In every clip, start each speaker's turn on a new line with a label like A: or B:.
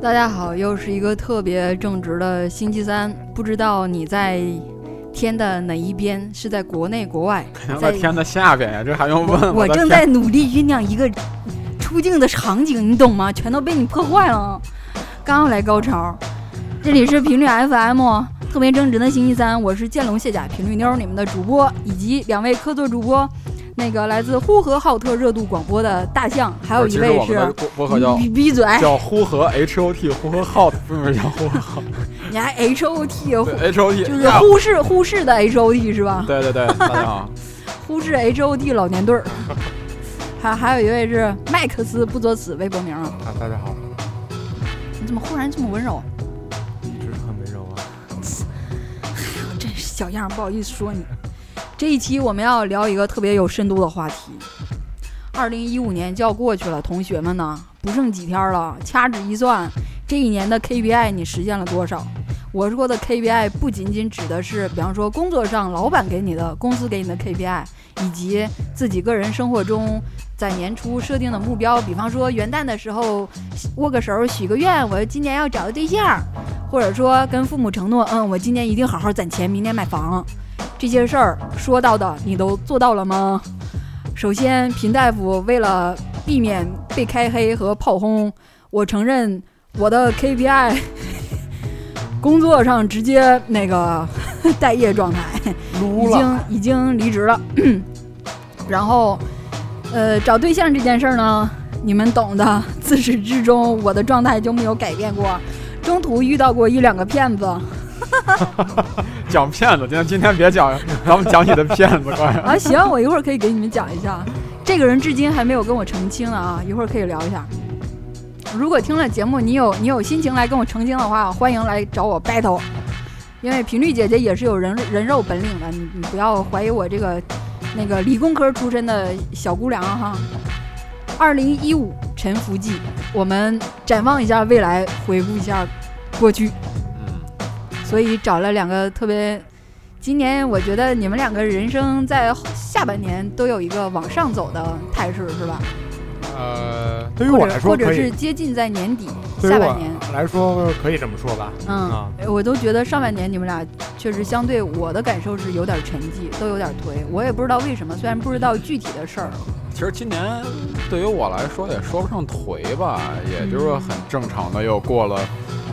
A: 大家好，又是一个特别正直的星期三。不知道你在天的哪一边？是在国内、国 外？
B: 我天的下边呀，这还用问？
A: 我
B: 的
A: 正
B: 天
A: 在努力酝酿一个出镜的场景，你懂吗？全都被你破坏了。刚刚来高潮，这里是频率 FM，特别正直的星期三，我是剑龙卸甲频率妞儿，你们的主播，以及两位客座主播，那个来自呼和浩特热度广播的大象，还有一
B: 其实
A: 位
B: 我们的
A: 是
B: 播播客叫
A: 你闭嘴，
B: 叫呼和 H O T 呼和浩特，不是叫呼和浩
A: 你还 H O T 呼
B: H O T，
A: 就是忽视忽视的 H O T 是吧？
B: 对对对，大家好，
A: 忽视 H O T 老年队儿，还还有一位是麦克斯不作死微博名啊，
C: 啊，大家好，
A: 你怎么忽然这么温柔？啊
C: 一直很温柔啊。
A: 真是小样儿，不好意思说你。这一期我们要聊一个特别有深度的话题。二零一五年就要过去了，同学们呢，不剩几天了。掐指一算，这一年的 KPI 你实现了多少？我说的 KPI 不仅仅指的是，比方说工作上老板给你的、公司给你的 KPI，以及自己个人生活中在年初设定的目标，比方说元旦的时候握个手、许个愿，我今年要找个对象儿，或者说跟父母承诺，嗯，我今年一定好好攒钱，明年买房，这些事儿说到的，你都做到了吗？首先，平大夫为了避免被开黑和炮轰，我承认我的 KPI 工作上直接那个 待业状态，已
B: 撸了，
A: 经已经离职了。 然后，呃，找对象这件事儿呢，你们懂的，自始至终我的状态就没有改变过。中途遇到过一两个骗子，
B: 讲骗子，今天今天别讲，咱们讲你的骗子，快，
A: 啊，行，我一会儿可以给你们讲一下。这个人至今还没有跟我澄清呢啊，一会儿可以聊一下。如果听了节目，你有你有心情来跟我澄清的话，欢迎来找我 battle，因为频率姐姐也是有人人肉本领的，你你不要怀疑我这个那个理工科出身的小姑娘啊哈。二零一五沉浮记，我们展望一下未来，回顾一下过去。
B: 嗯，
A: 所以找了两个特别。今年我觉得你们两个人生在下半年都有一个往上走的态势，是吧？
C: 呃，对于
A: 或
C: 我
A: 者
C: 来说
A: 或者
C: 可
A: 是
C: 以，
A: 接近在年底
C: 对于
A: 下半
C: 我
A: 年，
C: 来说可以这么说吧。
A: 嗯，
C: 啊
A: 我都觉得上半年你们俩确实相对我的感受是有点沉寂，都有点颓，我也不知道为什么，虽然不知道具体的事儿，
B: 其实今年对于我来说也说不上颓吧，也就是很正常的又过了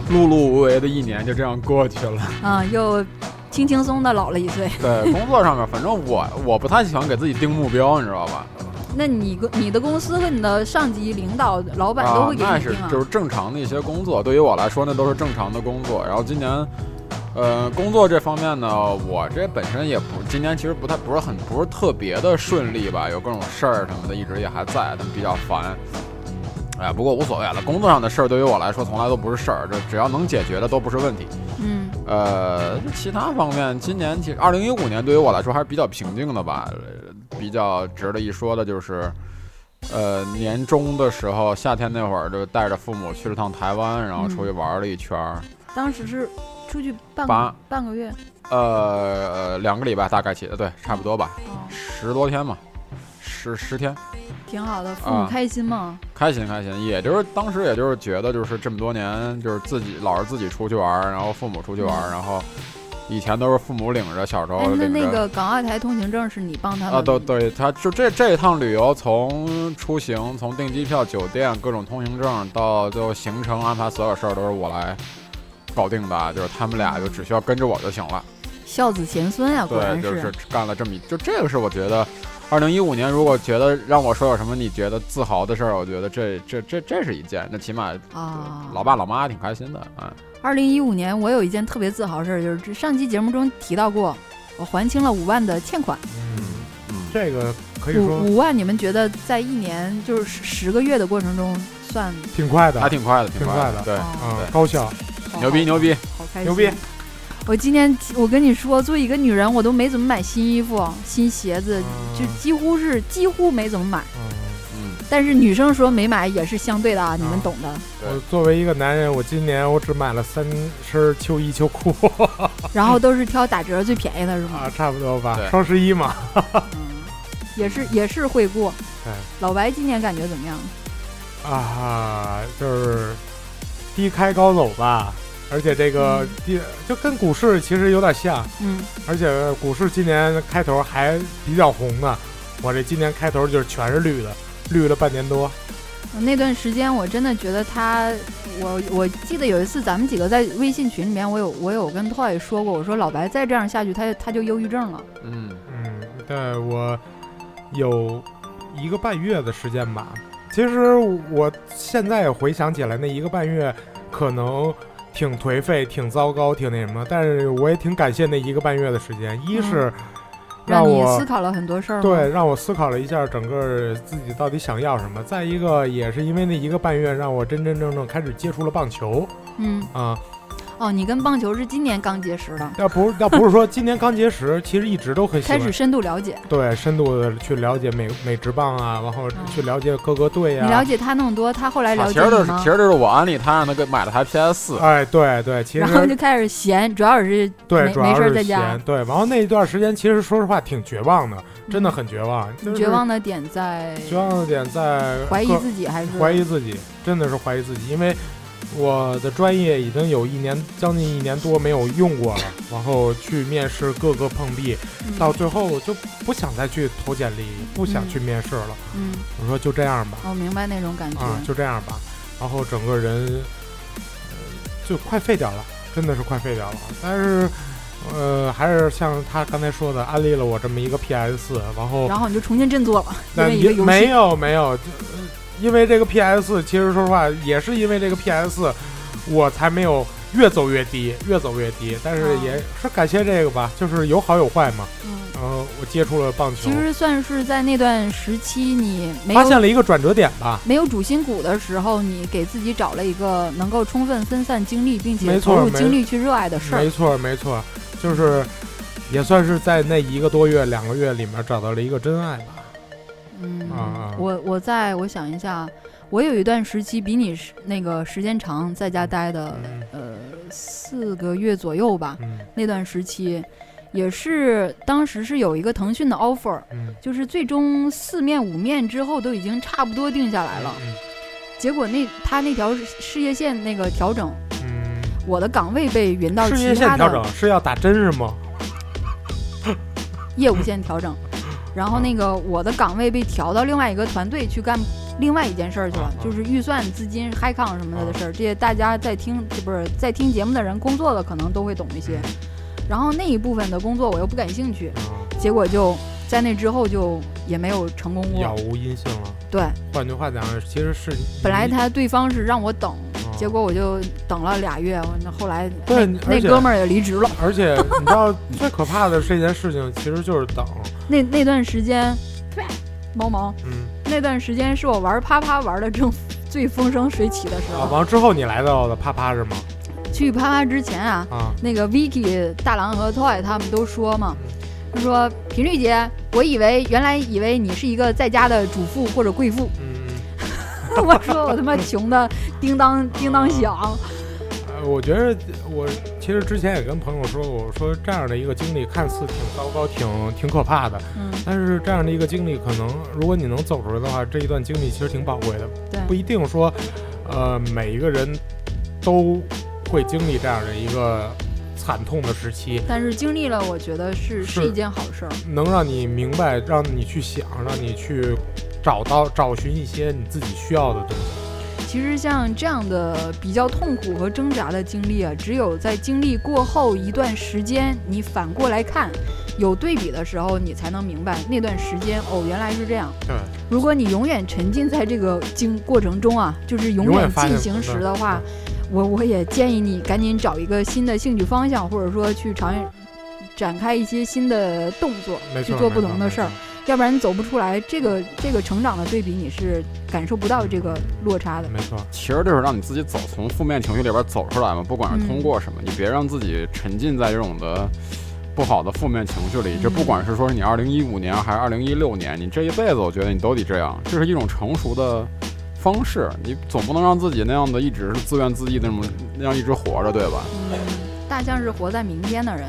B: 碌碌无为的一年，就这样过去了。
A: 啊、又轻轻松的老了一岁。
B: 对工作上面，反正我我不太喜欢给自己定目标，你知道吧？
A: 那你跟你的公司和你的上级领导、老板都会给
B: 啊、那
A: 你
B: 是
A: 定啊？
B: 就是正常的一些工作，对于我来说那都是正常的工作。然后今年，呃，工作这方面呢，我这本身也不，今年其实不太不是很不是特别的顺利吧，有各种事儿什么的，一直也还在，但比较烦。哎呀，不过无所谓了，工作上的事儿对于我来说从来都不是事儿，这只要能解决的都不是问题。
A: 嗯
B: 呃，其他方面，今年其实二零一五年对于我来说还是比较平静的吧。呃比较值得一说的就是，呃，年中的时候，夏天那会儿就带着父母去了趟台湾，然后出去玩了一圈儿，
A: 当时是出去半
B: 八
A: 个半个月，
B: 呃呃，两个礼拜大概起，呃对，差不多吧，
A: 哦，
B: 十多天嘛，十十天，
A: 挺好的，父母
B: 啊
A: 开心嘛。
B: 开心开心。也就是当时也就是觉得就是这么多年就是自己老是自己出去玩儿，然后父母出去玩儿，然后以前都是父母领着，小时候
A: 哎，
B: 领
A: 那
B: 着。
A: 那个港澳台通行证是你帮他们
B: 啊，对对，他就这这一趟旅游，从出行，从订机票、酒店、各种通行证，到最后行啊程安排，所有事儿都是我来搞定的，就是他们俩就只需要跟着我就行了。
A: 孝子贤孙啊啊，果然
B: 对，就是干了这么一，就这个是我觉得，二零一五年如果觉得让我说有什么你觉得自豪的事儿，我觉得这这这这是一件，那起码
A: 啊。
B: 老爸老妈还挺开心的啊。
A: 二零一五年，我有一件特别自豪的事儿，就是这上期节目中提到过，我还清了五万的欠款。
C: 嗯，
B: 嗯，
C: 这个可以说
A: 五五万，你们觉得在一年就是十十个月的过程中算
C: 挺快的，
B: 还啊挺快的，挺
C: 挺
B: 快
C: 快的
B: 对，
A: 啊
C: 嗯
B: 对
C: 高效，
A: 好
B: 牛逼
A: 好
B: 牛逼，
A: 好开心，
C: 牛逼！
A: 我今年我跟你说，作为一个女人，我都没怎么买新衣服、新鞋子，就几乎是几乎没怎么买。
C: 嗯，
B: 嗯，
A: 但是女生说没买也是相对的啊，你们
C: 啊
A: 懂的。
B: 对
C: 我作为一个男人，我今年我只买了三身秋衣秋裤
A: 然后都是挑打折最便宜的是吗？
C: 啊，差不多吧
B: 嗯对，
C: 双十一嘛，
A: 嗯，也是也是会过
C: 对。
A: 老白今年感觉怎么样？
C: 啊，就是低开高走吧，而且这个低就跟股市其实有点像，
A: 嗯，
C: 而且股市今年开头还比较红呢，我这今年开头就是全是绿的，绿了半年多。
A: 那段时间我真的觉得他，我我记得有一次咱们几个在微信群里面，我有我有跟 Toy 说过，我说老白再这样下去，他他就忧郁症了。
B: 嗯
C: 嗯，对我有一个半月的时间吧。其实我现在回想起来，那一个半月可能挺颓废、挺糟糕、挺那什么，但是我也挺感谢那一个半月的时间。一是让
A: 让你
C: 我
A: 思考了很多事儿吗，
C: 对，让我思考了一下整个自己到底想要什么。再一个，也是因为那一个半月，让我真真正正开始接触了棒球
A: 嗯，
C: 啊。
A: 哦，你跟棒球是今年刚结识的，
C: 要不要不是说今年刚结识，其实一直都很喜
A: 开
C: 欢
A: 始深度了解。
C: 对深度的去了解美美职棒啊，然后
A: 嗯
C: 去了解各个队
A: 你了
C: 啊。
A: 解他那么多，他后来了
B: 啊其
A: 解
B: 实
A: 你
B: 就是其
A: 吗？
B: 实就是我安利他让他给买了台 PS 四，
C: 哎，对对，其
A: 然后
C: 实
A: 就开始闲，主要也是
C: 对，
A: 没
C: 主要
A: 没事儿
C: 是
A: 在家
C: 闲对。然后那一段时间，其实说实话挺绝望的，真的很绝望。就是
A: 嗯绝望的点在
C: 绝望的点在
A: 怀疑
C: 各
A: 自己还是
C: 怀疑自己，真的是怀疑自己，因为我的专业已经有一年将近一年多没有用过了，然后去面试各个碰壁，
A: 嗯
C: 到最后我就不想再去投简历，不想去面试了。
A: 嗯，
C: 我说就这样吧，
A: 我明白那种感觉。
C: 啊，就这样吧，然后整个人呃就快废掉了，真的是快废掉了。但是，呃，还是像他刚才说的，安利了我这么一个 PS 四，然后
A: 然后你就重新振作了，因
C: 那
A: 为一个
C: 也
A: 游
C: 没
A: 戏。
C: 有没有，就呃因为这个 PS，其实说实话，也是因为这个 PS，我才没有越走越低，越走越低。但是
A: 哦
C: 也是感谢这个吧，就是有好有坏嘛。
A: 嗯，
C: 然后我接触了棒球
A: 其，实算是在那段时期，你没
C: 发
A: 有
C: 现了一个转折点吧。
A: 没有主心骨的时候，你给自己找了一个能够充分分散精力，并且
C: 没错
A: 投入
C: 没
A: 精力去热爱的事儿
C: 没。错没错，就是也算是在那一个多月、两个月里面找到了一个真爱吧。
A: 嗯
C: 啊，
A: 我我在我想一下，啊我有一段时期比你时那个时间长，在家待的
C: 嗯
A: 呃四个月左右吧。
C: 嗯
A: 那段时期，也是当时是有一个腾讯的 offer，
C: 嗯，
A: 就是最终四面五面之后都已经差不多定下来了。
C: 嗯。
A: 结果那他那条事事业线那个调整，
C: 嗯
A: 我的岗位被匀到
C: 事
A: 其
C: 业线
A: 他
C: 调
A: 的
C: 整是要打针是吗？
A: 业务线调整，
C: 嗯
A: 然后那个我的岗位被调到另外一个团队去干另外一件事儿去了
C: 啊，啊
A: 就是预算、资金、嗨抗什么
C: 嗯
A: 的的事儿。这些大家在听不是在听节目的人，工作的可能都会懂一些。然后那一部分的工作我又不感兴趣，
C: 嗯
A: 结果就在那之后就也没有成功
C: 嗯杳
A: 过。
C: 无音信了。
A: 对，
C: 换句话讲，其实是
A: 本来
C: 你
A: 他对方是让我等，
C: 嗯
A: 结果我就等了俩月，我那后来那
C: 对而
A: 那
C: 且
A: 哥们儿也离职了。
C: 而且你知道最可怕的这件事情，其实就是等，
A: 那那段时间，猫毛
C: 嗯，
A: 那段时间是我玩啪啪玩的正最风生水起的时
C: 啊，
A: 候。
C: 完了之后你来到了啪啪是吗？
A: 去啪啪之前啊，
C: 啊，
A: 那个 Vicky 大郎和 Toy 他们都说嘛，他说频率姐，我以为原来以为你是一个在家的主妇或者贵妇，
C: 嗯，
A: 我说我他妈穷的叮当叮当响，
C: 呃我觉得我其实之前也跟朋友说过，我说这样的一个经历看似挺糟糕，挺挺可怕的，
A: 嗯，
C: 但是这样的一个经历，可能如果你能走出来的话，这一段经历其实挺宝贵的，不
A: 对，
C: 一定说，呃，每一个人都会经历这样的一个惨痛的时期，
A: 但是经历了，我觉得是是
C: 是
A: 一件好事儿，
C: 能让你明白，让你去想，让你去找到找寻一些你自己需要的东西。
A: 其实像这样的比较痛苦和挣扎的经历啊，只有在经历过后一段时间，你反过来看，有对比的时候，你才能明白那段时间哦，原来是这样。
C: 对，
A: 如果你永远沉浸在这个经过程中啊，就是永
C: 永远
A: 远
C: 发现
A: 进
C: 不
A: 行
C: 对
A: 时的话，我我也建议你赶紧找一个新的兴趣方向，或者说去尝展开一些新的动作，
C: 没
A: 去
C: 错，
A: 做
C: 没
A: 不
C: 错
A: 同的事儿。。要不然你走不出来。这个这个成长的对比，你是感受不到这个落差的。
C: 没错，
B: 其实就是让你自己走从负面情绪里边走出来嘛，不
A: 嗯
B: 管是通过什么，你别让自己沉浸在这种的不好的负面情绪里。这
A: 嗯
B: 不管是说是你二零一五年还是二零一六年，你这一辈子我觉得你都得这样，这是一种成熟的方式。你总不能让自己那样的一直是自怨自艾的那么那样一直活着，对吧？
A: 嗯，大象是活在明天的人，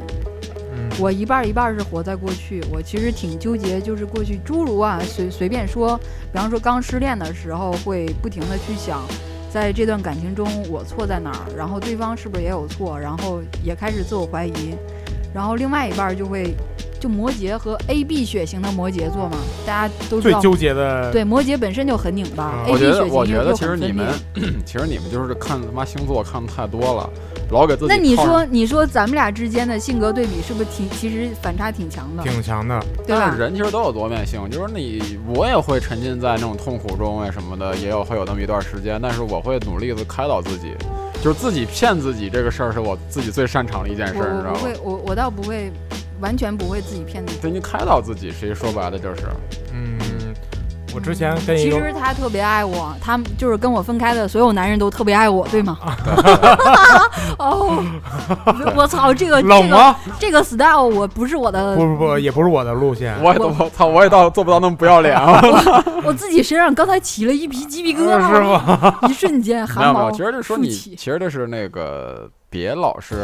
C: 嗯，
A: 我一半儿一半儿是活在过去。我其实挺纠结，就是过去诸如啊，随随便说，比方说刚失恋的时候，会不停的去想。在这段感情中，我错在哪儿？然后对方是不是也有错？然后也开始自我怀疑，然后另外一半儿就会，就摩羯和 A B 血型的摩羯座嘛，大家都知
C: 最
A: 道
C: 纠结的，
A: 对，摩羯本身就很拧巴
C: 嗯。
A: A
B: 我
A: B
B: 觉得，
A: 血
B: 我
A: 型
B: 觉
A: 又
B: 得
A: 又
B: 其实
A: 很
B: 你
A: 分裂
B: 们。， 其实你们就是看他妈星座看太多了，老给自己
A: 那你
B: 套上
A: 说，你说咱们俩之间的性格对比是不是挺其实反差挺强的，
C: 挺强的。
A: 对
B: 但
A: 吧？
B: 是人其实都有多面性，就是你我也会沉浸在那种痛苦中啊什么的，也有会有那么一段时间，但是我会努力的开导自己，就是自己骗自己这个事儿是我自己最擅长的一件
A: 我
B: 事儿，你知
A: 我不
B: 道吗
A: 会？，我我倒不会，完全不会自己骗自己。
B: 对你开导自己，其实说白了就是，
C: 嗯，我之前跟一
A: 嗯其
C: 个
A: 实他特别爱我，他们就是跟我分开的所有男人都特别爱我，对 吗？哦，我操，这个这
C: 冷
A: 个
C: 吗？
A: 这个 style 我不是我的，
C: 不不不，也不是我的路线。
B: 我也都我操，我也到做不到那么不要脸啊！
A: 我自己身上刚才起了一皮鸡皮疙
C: 呃是
A: 瘩，
C: 吗？
A: 一瞬间
B: 没有
A: 汗
B: 没有，
A: 毛
B: 其实就是说
A: 竖
B: 你，
A: 起
B: 其实就是那个别老是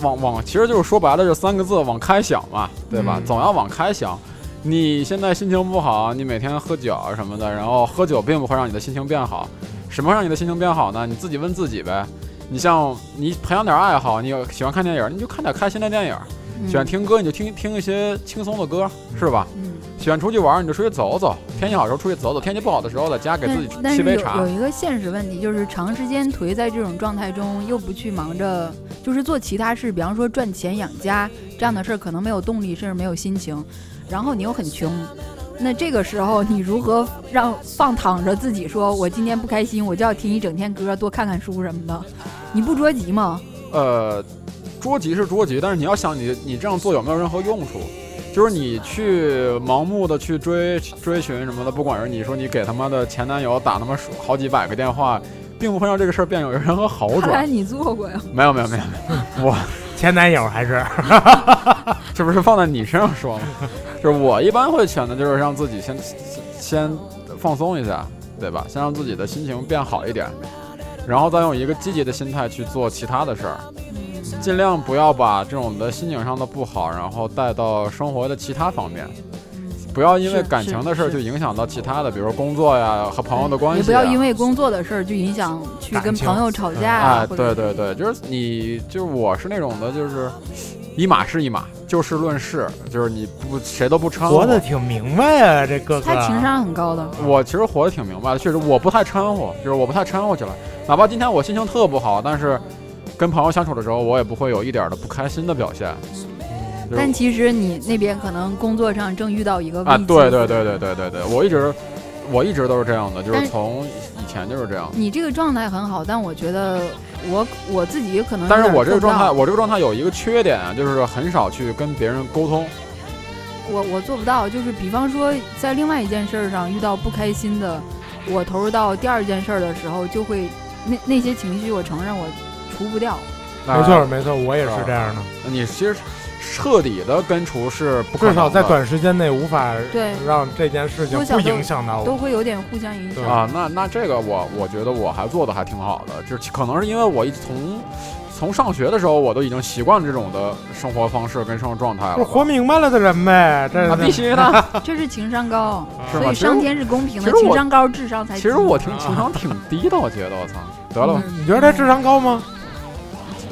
B: 往往，其实就是说白了这三个字往开想嘛，对吧？
C: 嗯
B: 总要往开想。你现在心情不好，你每天喝酒啊什么的，然后喝酒并不会让你的心情变好。什么让你的心情变好呢？你自己问自己呗。你像你培养点爱好，你有喜欢看电影，你就看点开心的电影；喜欢
A: 嗯
B: 听歌，你就听听一些轻松的歌，是吧？
A: 嗯。
B: 喜欢出去玩，你就出去走走。天气好的时候出去走走，天气不好的时候在家给
A: 但
B: 自己
A: 但
B: 沏
A: 是
B: 杯
A: 有
B: 茶。
A: 有一个现实问题，就是长时间颓在这种状态中，又不去忙着就是做其他事，比方说赚钱养家这样的事儿，可能没有动力，甚至没有心情，然后你又很穷。那这个时候，你如何让放躺着自己说，我今天不开心，我就要听一整天歌，多看看书什么的？
B: 嗯
A: 你不着急吗？
B: 呃，捉急是捉急，但是你要想你你这样做有没有任何用处？就是你去盲目的去追追寻什么的，不管是你说你给他妈的前男友打他妈数好几百个电话，并不会让这个事儿变有任何好
A: 看来
B: 转。
A: 你做过呀。
B: 没有没有没有，
C: 前男友还
B: 哦
C: 是
B: 这不是放在你身上说吗？就是我一般会选择就是让自己先先放松一下，对吧？先让自己的心情变好一点，然后再用一个积极的心态去做其他的事儿。尽量不要把这种的心情上的不好，然后带到生活的其他方面，不要因为
A: 是
B: 感情的事儿
A: 是
B: 就是影响到其他的，比如说工作呀和朋友的关系、
A: 也
B: 啊。
A: 不要因为工作的事儿就影响去
C: 感
A: 跟
C: 情
A: 朋友吵架
B: 哎
A: 啊，，或者
B: 对对对，就是你就是我是那种的，就是一码是一码，就事论事，就是你不谁都不掺和
C: 活。得挺明白啊，这哥哥。
A: 他情商很高的。
B: 我其实活得挺明白的，确实我不太掺和，就是我不太掺和起来。哪怕今天我心情特不好，但是跟朋友相处的时候，我也不会有一点儿的不开心的表现。
C: 嗯
B: 就是
A: 但其实你那边可能工作上正遇到一个危机
B: 啊，对对对对对对对，我一直我一直都是这样的，就
A: 但
B: 是
A: 是
B: 从以前就是这样。
A: 你这个状态很好，但我觉得我我自己可能有
B: 但是
A: 点
B: 我这个
A: 做不
B: 状态，
A: 到，
B: 我这个状态有一个缺点，啊就是很少去跟别人沟通。
A: 我我做不到，就是比方说在另外一件事儿上遇到不开心的，我投入到第二件事儿的时候，就会那那些情绪，我承认我除不掉，
C: 没错，没错，我也是这样的，
B: 那你其实彻底的根除是不可
C: 至
B: 能的
C: 少在短时间内无法
A: 对
C: 让这件事情
A: 我想
C: 不
A: 都
C: 影响到
A: 都
C: 我。
A: 会有点互相影响。
B: 哦啊，那那这个我我觉得我还做的还挺好的，就是可能是因为我一从从上学的时候我都已经习惯这种的生活方式跟生活状态
C: 就是
B: 了。
C: 活明白了的人呗，这
B: 那啊必须的，
A: 这是情商高，
B: 是
A: 所
B: 吗
A: 以
B: 其实
A: 上天是公平的，
B: 其实我
A: 情商高智商才
B: 其
A: 低。
B: 实我挺情商挺低的，我觉得我操，得
A: 嗯
B: 了吧，
C: 你觉得他智商高吗？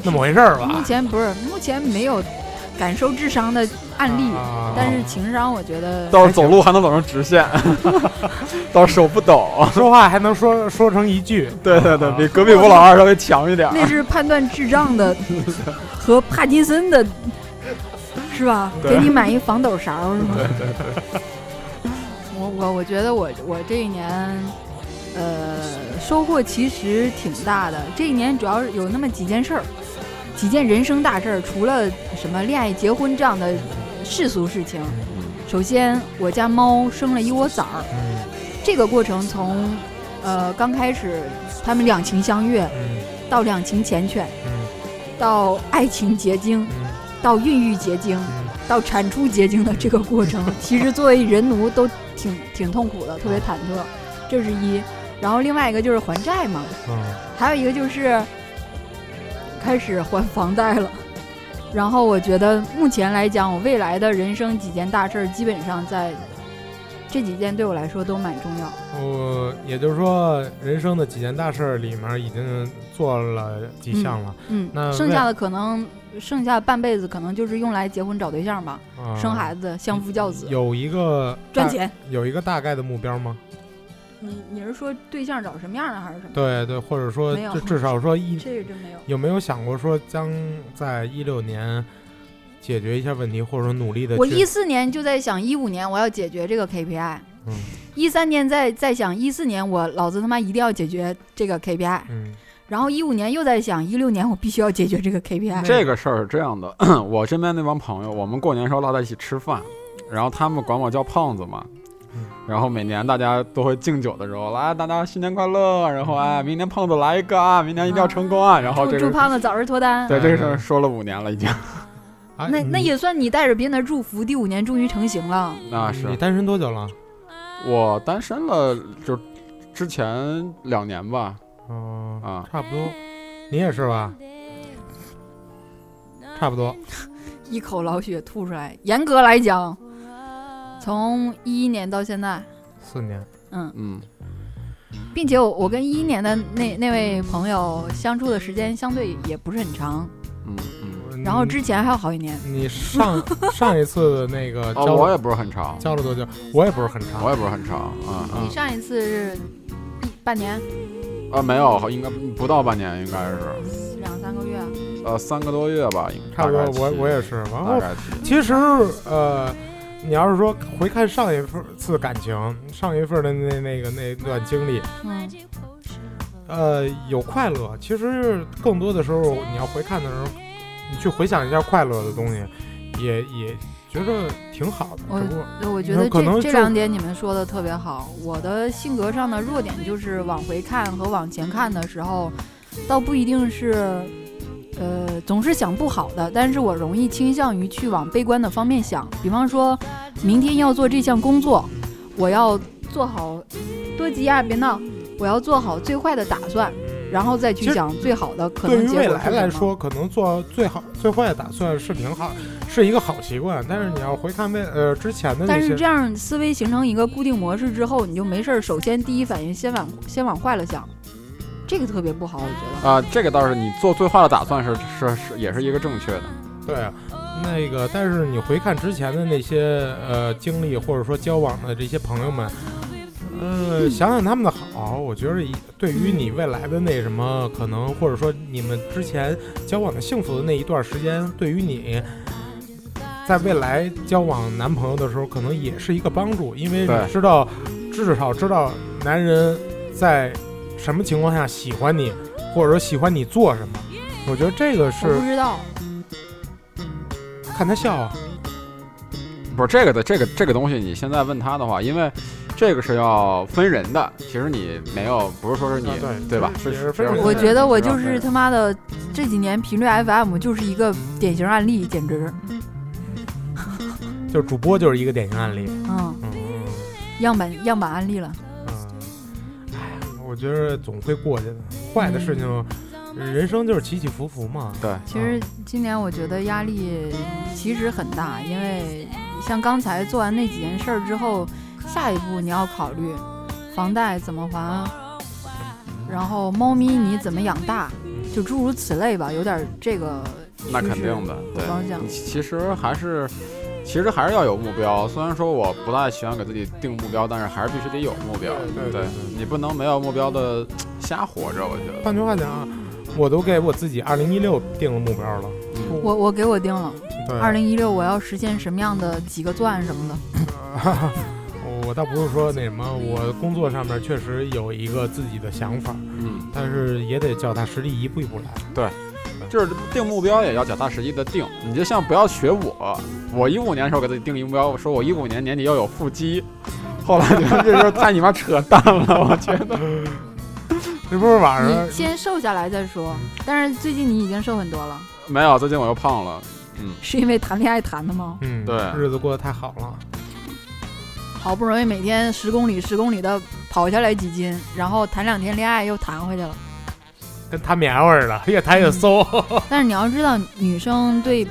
C: 那么回事儿
A: 目
C: 吧。
A: 前不是目前没有感受智商的案例，
C: 啊
A: 但是情商我觉得
B: 倒是走路还能走成直线，倒是手不抖。
C: 说话还能说说成一句，
B: 对对对，
C: 啊
B: 比隔壁吴老二稍微强一点儿。
A: 那是判断智障的和帕金森的，是吧？
B: 对
A: 给你买一防抖勺是吗？我我我觉得我我这一年，呃，收获其实挺大的。这一年主要是有那么几件事儿，几件人生大事儿，除了什么恋爱、结婚这样的世俗事情。首先，我家猫生了一窝崽儿，
C: 嗯
A: 这个过程从，呃，刚开始他们两情相悦，
C: 嗯
A: 到两情缱绻，
C: 嗯
A: 到爱情结晶，
C: 嗯
A: 到孕育结晶，
C: 嗯，
A: 到产出结晶的这个过程，其实作为人奴都挺挺痛苦的，特别忐忑，这是一。然后另外一个就是还债嘛，
C: 嗯
A: 还有一个就是开始还房贷了。然后我觉得目前来讲，我未来的人生几件大事儿，基本上在这几件对我来说都蛮重要。
C: 我也就是说，人生的几件大事儿里面已经做了几项了，
A: 嗯
C: 那，
A: 剩
C: 未
A: 下的可能剩下半辈子可能就是用来结婚找对象吧，
C: 啊
A: 生孩子、相夫教子、
C: 有一个
A: 赚
C: 大，
A: 钱。
C: 有一个大概的目标吗？
A: 你你是说对象找什么样的，还是什么？
C: 对对，或者说
A: 没有
C: 至至少说一
A: 这个真没有。
C: 有没有想过说将在一六年解决一下问题，或者说努力的
A: 我一四年就在想，一五年我要解决这个 KPI，
C: 嗯
A: 一三年在在想，一四年我老子他妈一定要解决这个 KPI，
C: 嗯
A: 然后一五年又在想，一六年我必须要解决这个 KPI。
B: 这个事儿是这样的， 我身边那帮朋友，我们过年时候落在一起吃饭，然后他们管我叫胖子嘛
C: 嗯。
B: 然后每年大家都会敬酒的时候，来大家新年快乐，然后哎，明年胖子来一个啊，明年一定要成功啊，然后
A: 祝
B: 这
A: 祝
B: 个
A: 胖子早日脱单。
B: 对嗯这个事儿说了五年了已经，
C: 啊，
A: 那
C: 你
A: 那也算你带着别人的祝福，第五年终于成型了。
B: 那 是
C: 你单身多久了？
B: 我单身了，就之前两年吧，
C: 哦、
B: 啊
C: 差不多，你也是吧？差不多，
A: 一口老血吐出来。严格来讲，从一一年到现在，
C: 四年。
A: 嗯，
B: 嗯，
A: 并且我我跟一一年的那那位朋友相处的时间相对也不是很长，
B: 嗯嗯，
A: 然后
C: 你
A: 之前还有好几年。
C: 你上上一次的那个
B: 哦，
C: 交、
B: 我也不是很长，
C: 交了多久？我也不是很长，
B: 我也不是很长，啊
A: 你上一次是一半年，
B: 啊啊，没有，应该不到半年，应该是
A: 两三个月，啊
B: 呃三个多月吧，应
C: 差不多
B: 大概。期
C: 我我也是。然
B: 大
C: 后
B: 概期
C: 其实呃，你要是说回看上一份次感情，上一份的那那个那段经历，
A: 嗯，
C: 呃，有快乐。其实更多的时候，你要回看的时候，你去回想一下快乐的东西，也也觉得挺好的。
A: 我
C: 只不过
A: 对，我觉
C: 那
A: 得
C: 可能
A: 这
C: 就
A: 这两点你们说的特别好。我的性格上的弱点就是往回看和往前看的时候，倒不一定是，呃，总是想不好的，但是我容易倾向于去往悲观的方面想。比方说，明天要做这项工作，我要做好多吉亚，别闹，我要做好最坏的打算，
C: 嗯
A: 然后再
C: 其
A: 去
C: 实
A: 想最好的可
C: 对
A: 能
C: 于
A: 结果
C: 未
A: 是
C: 来来
A: 什么。
C: 说，可能做最好最坏的打算是挺好，是一个好习惯。但是你要回看未呃之前的那
A: 但
C: 些
A: 是，这样思维形成一个固定模式之后，你就没事儿。首先第一反应先往先往坏了想，这个特别不好，我觉得。
B: 啊，这个倒是你做最坏的打算是是是也是一个正确的，
C: 对啊，那个，但是你回看之前的那些呃经历，或者说交往的这些朋友们，呃，想想他们的好，我觉得一对于你未来的那什么，可能或者说你们之前交往的幸福的那一段时间，对于你。在未来交往男朋友的时候，可能也是一个帮助，因为
B: 对
C: 你知道，至少知道男人在什么情况下喜欢你，或者说喜欢你做什么。我觉得这个
A: 我
C: 是
A: 不知道，
C: 看他笑啊，
B: 不是这个的，这个这个东西，你现在问他的话，因为这个是要分人的。其实你没有，不是说是你、
C: 啊对
B: 对吧？
C: 是
B: 是
C: 也是分人的
A: 我觉得我就
B: 分
A: 是
B: 人
A: 他妈的这几年频率 FM 就是一个典型案例，简直，
C: 就是主播就是一个典型案例。
A: 嗯，
C: 嗯
A: 样板样板案例了。
C: 嗯，哎呀，我觉得总会过去的。坏的事情，人生就是起起伏伏嘛。
B: 对，
A: 其实今年我觉得压力其实很大，因为像刚才做完那几件事儿之后，下一步你要考虑房贷怎么还，啊然后猫咪你怎么养大，就诸如此类吧，有点这个
B: 那肯定的，对。
A: 方向。
B: 其其实还是，其实还是要有目标。虽然说我不大喜欢给自己定目标，但是还是必须得有目标。
C: 对对对对
B: 你不能没有目标的瞎活着，我觉得。
C: 换句话讲啊，我都给我自己二零一六定了目标了。
B: 嗯
A: 我我给我定了，
C: 对，
A: 二零一六我要实现什么样的几个钻什么的。
C: 我我倒不是说那什么，我工作上面确实有一个自己的想法，
B: 嗯，
C: 但是也得脚踏实地，一步一步来。
B: 就是定目标也要脚踏实地的定。你就像不要学我，我一五年的时候给自己定一目标，我说我一五年年底要有腹肌。后 来你们这时候太你妈扯淡了，我觉得。
C: 这不是晚上
A: 你先瘦下来再说，
B: 嗯
A: 但是最近你已经瘦很多了，
B: 没有，最近我又胖了。
A: 是因为谈恋爱谈的吗？
C: 嗯，
B: 对
C: 日子过得太好了。
A: 好不容易每天十公里十公里的跑下来几斤，然后谈两天恋爱又弹回去 了。
C: 跟弹棉花似的， 越弹越松。
A: 但是你要知道，女生对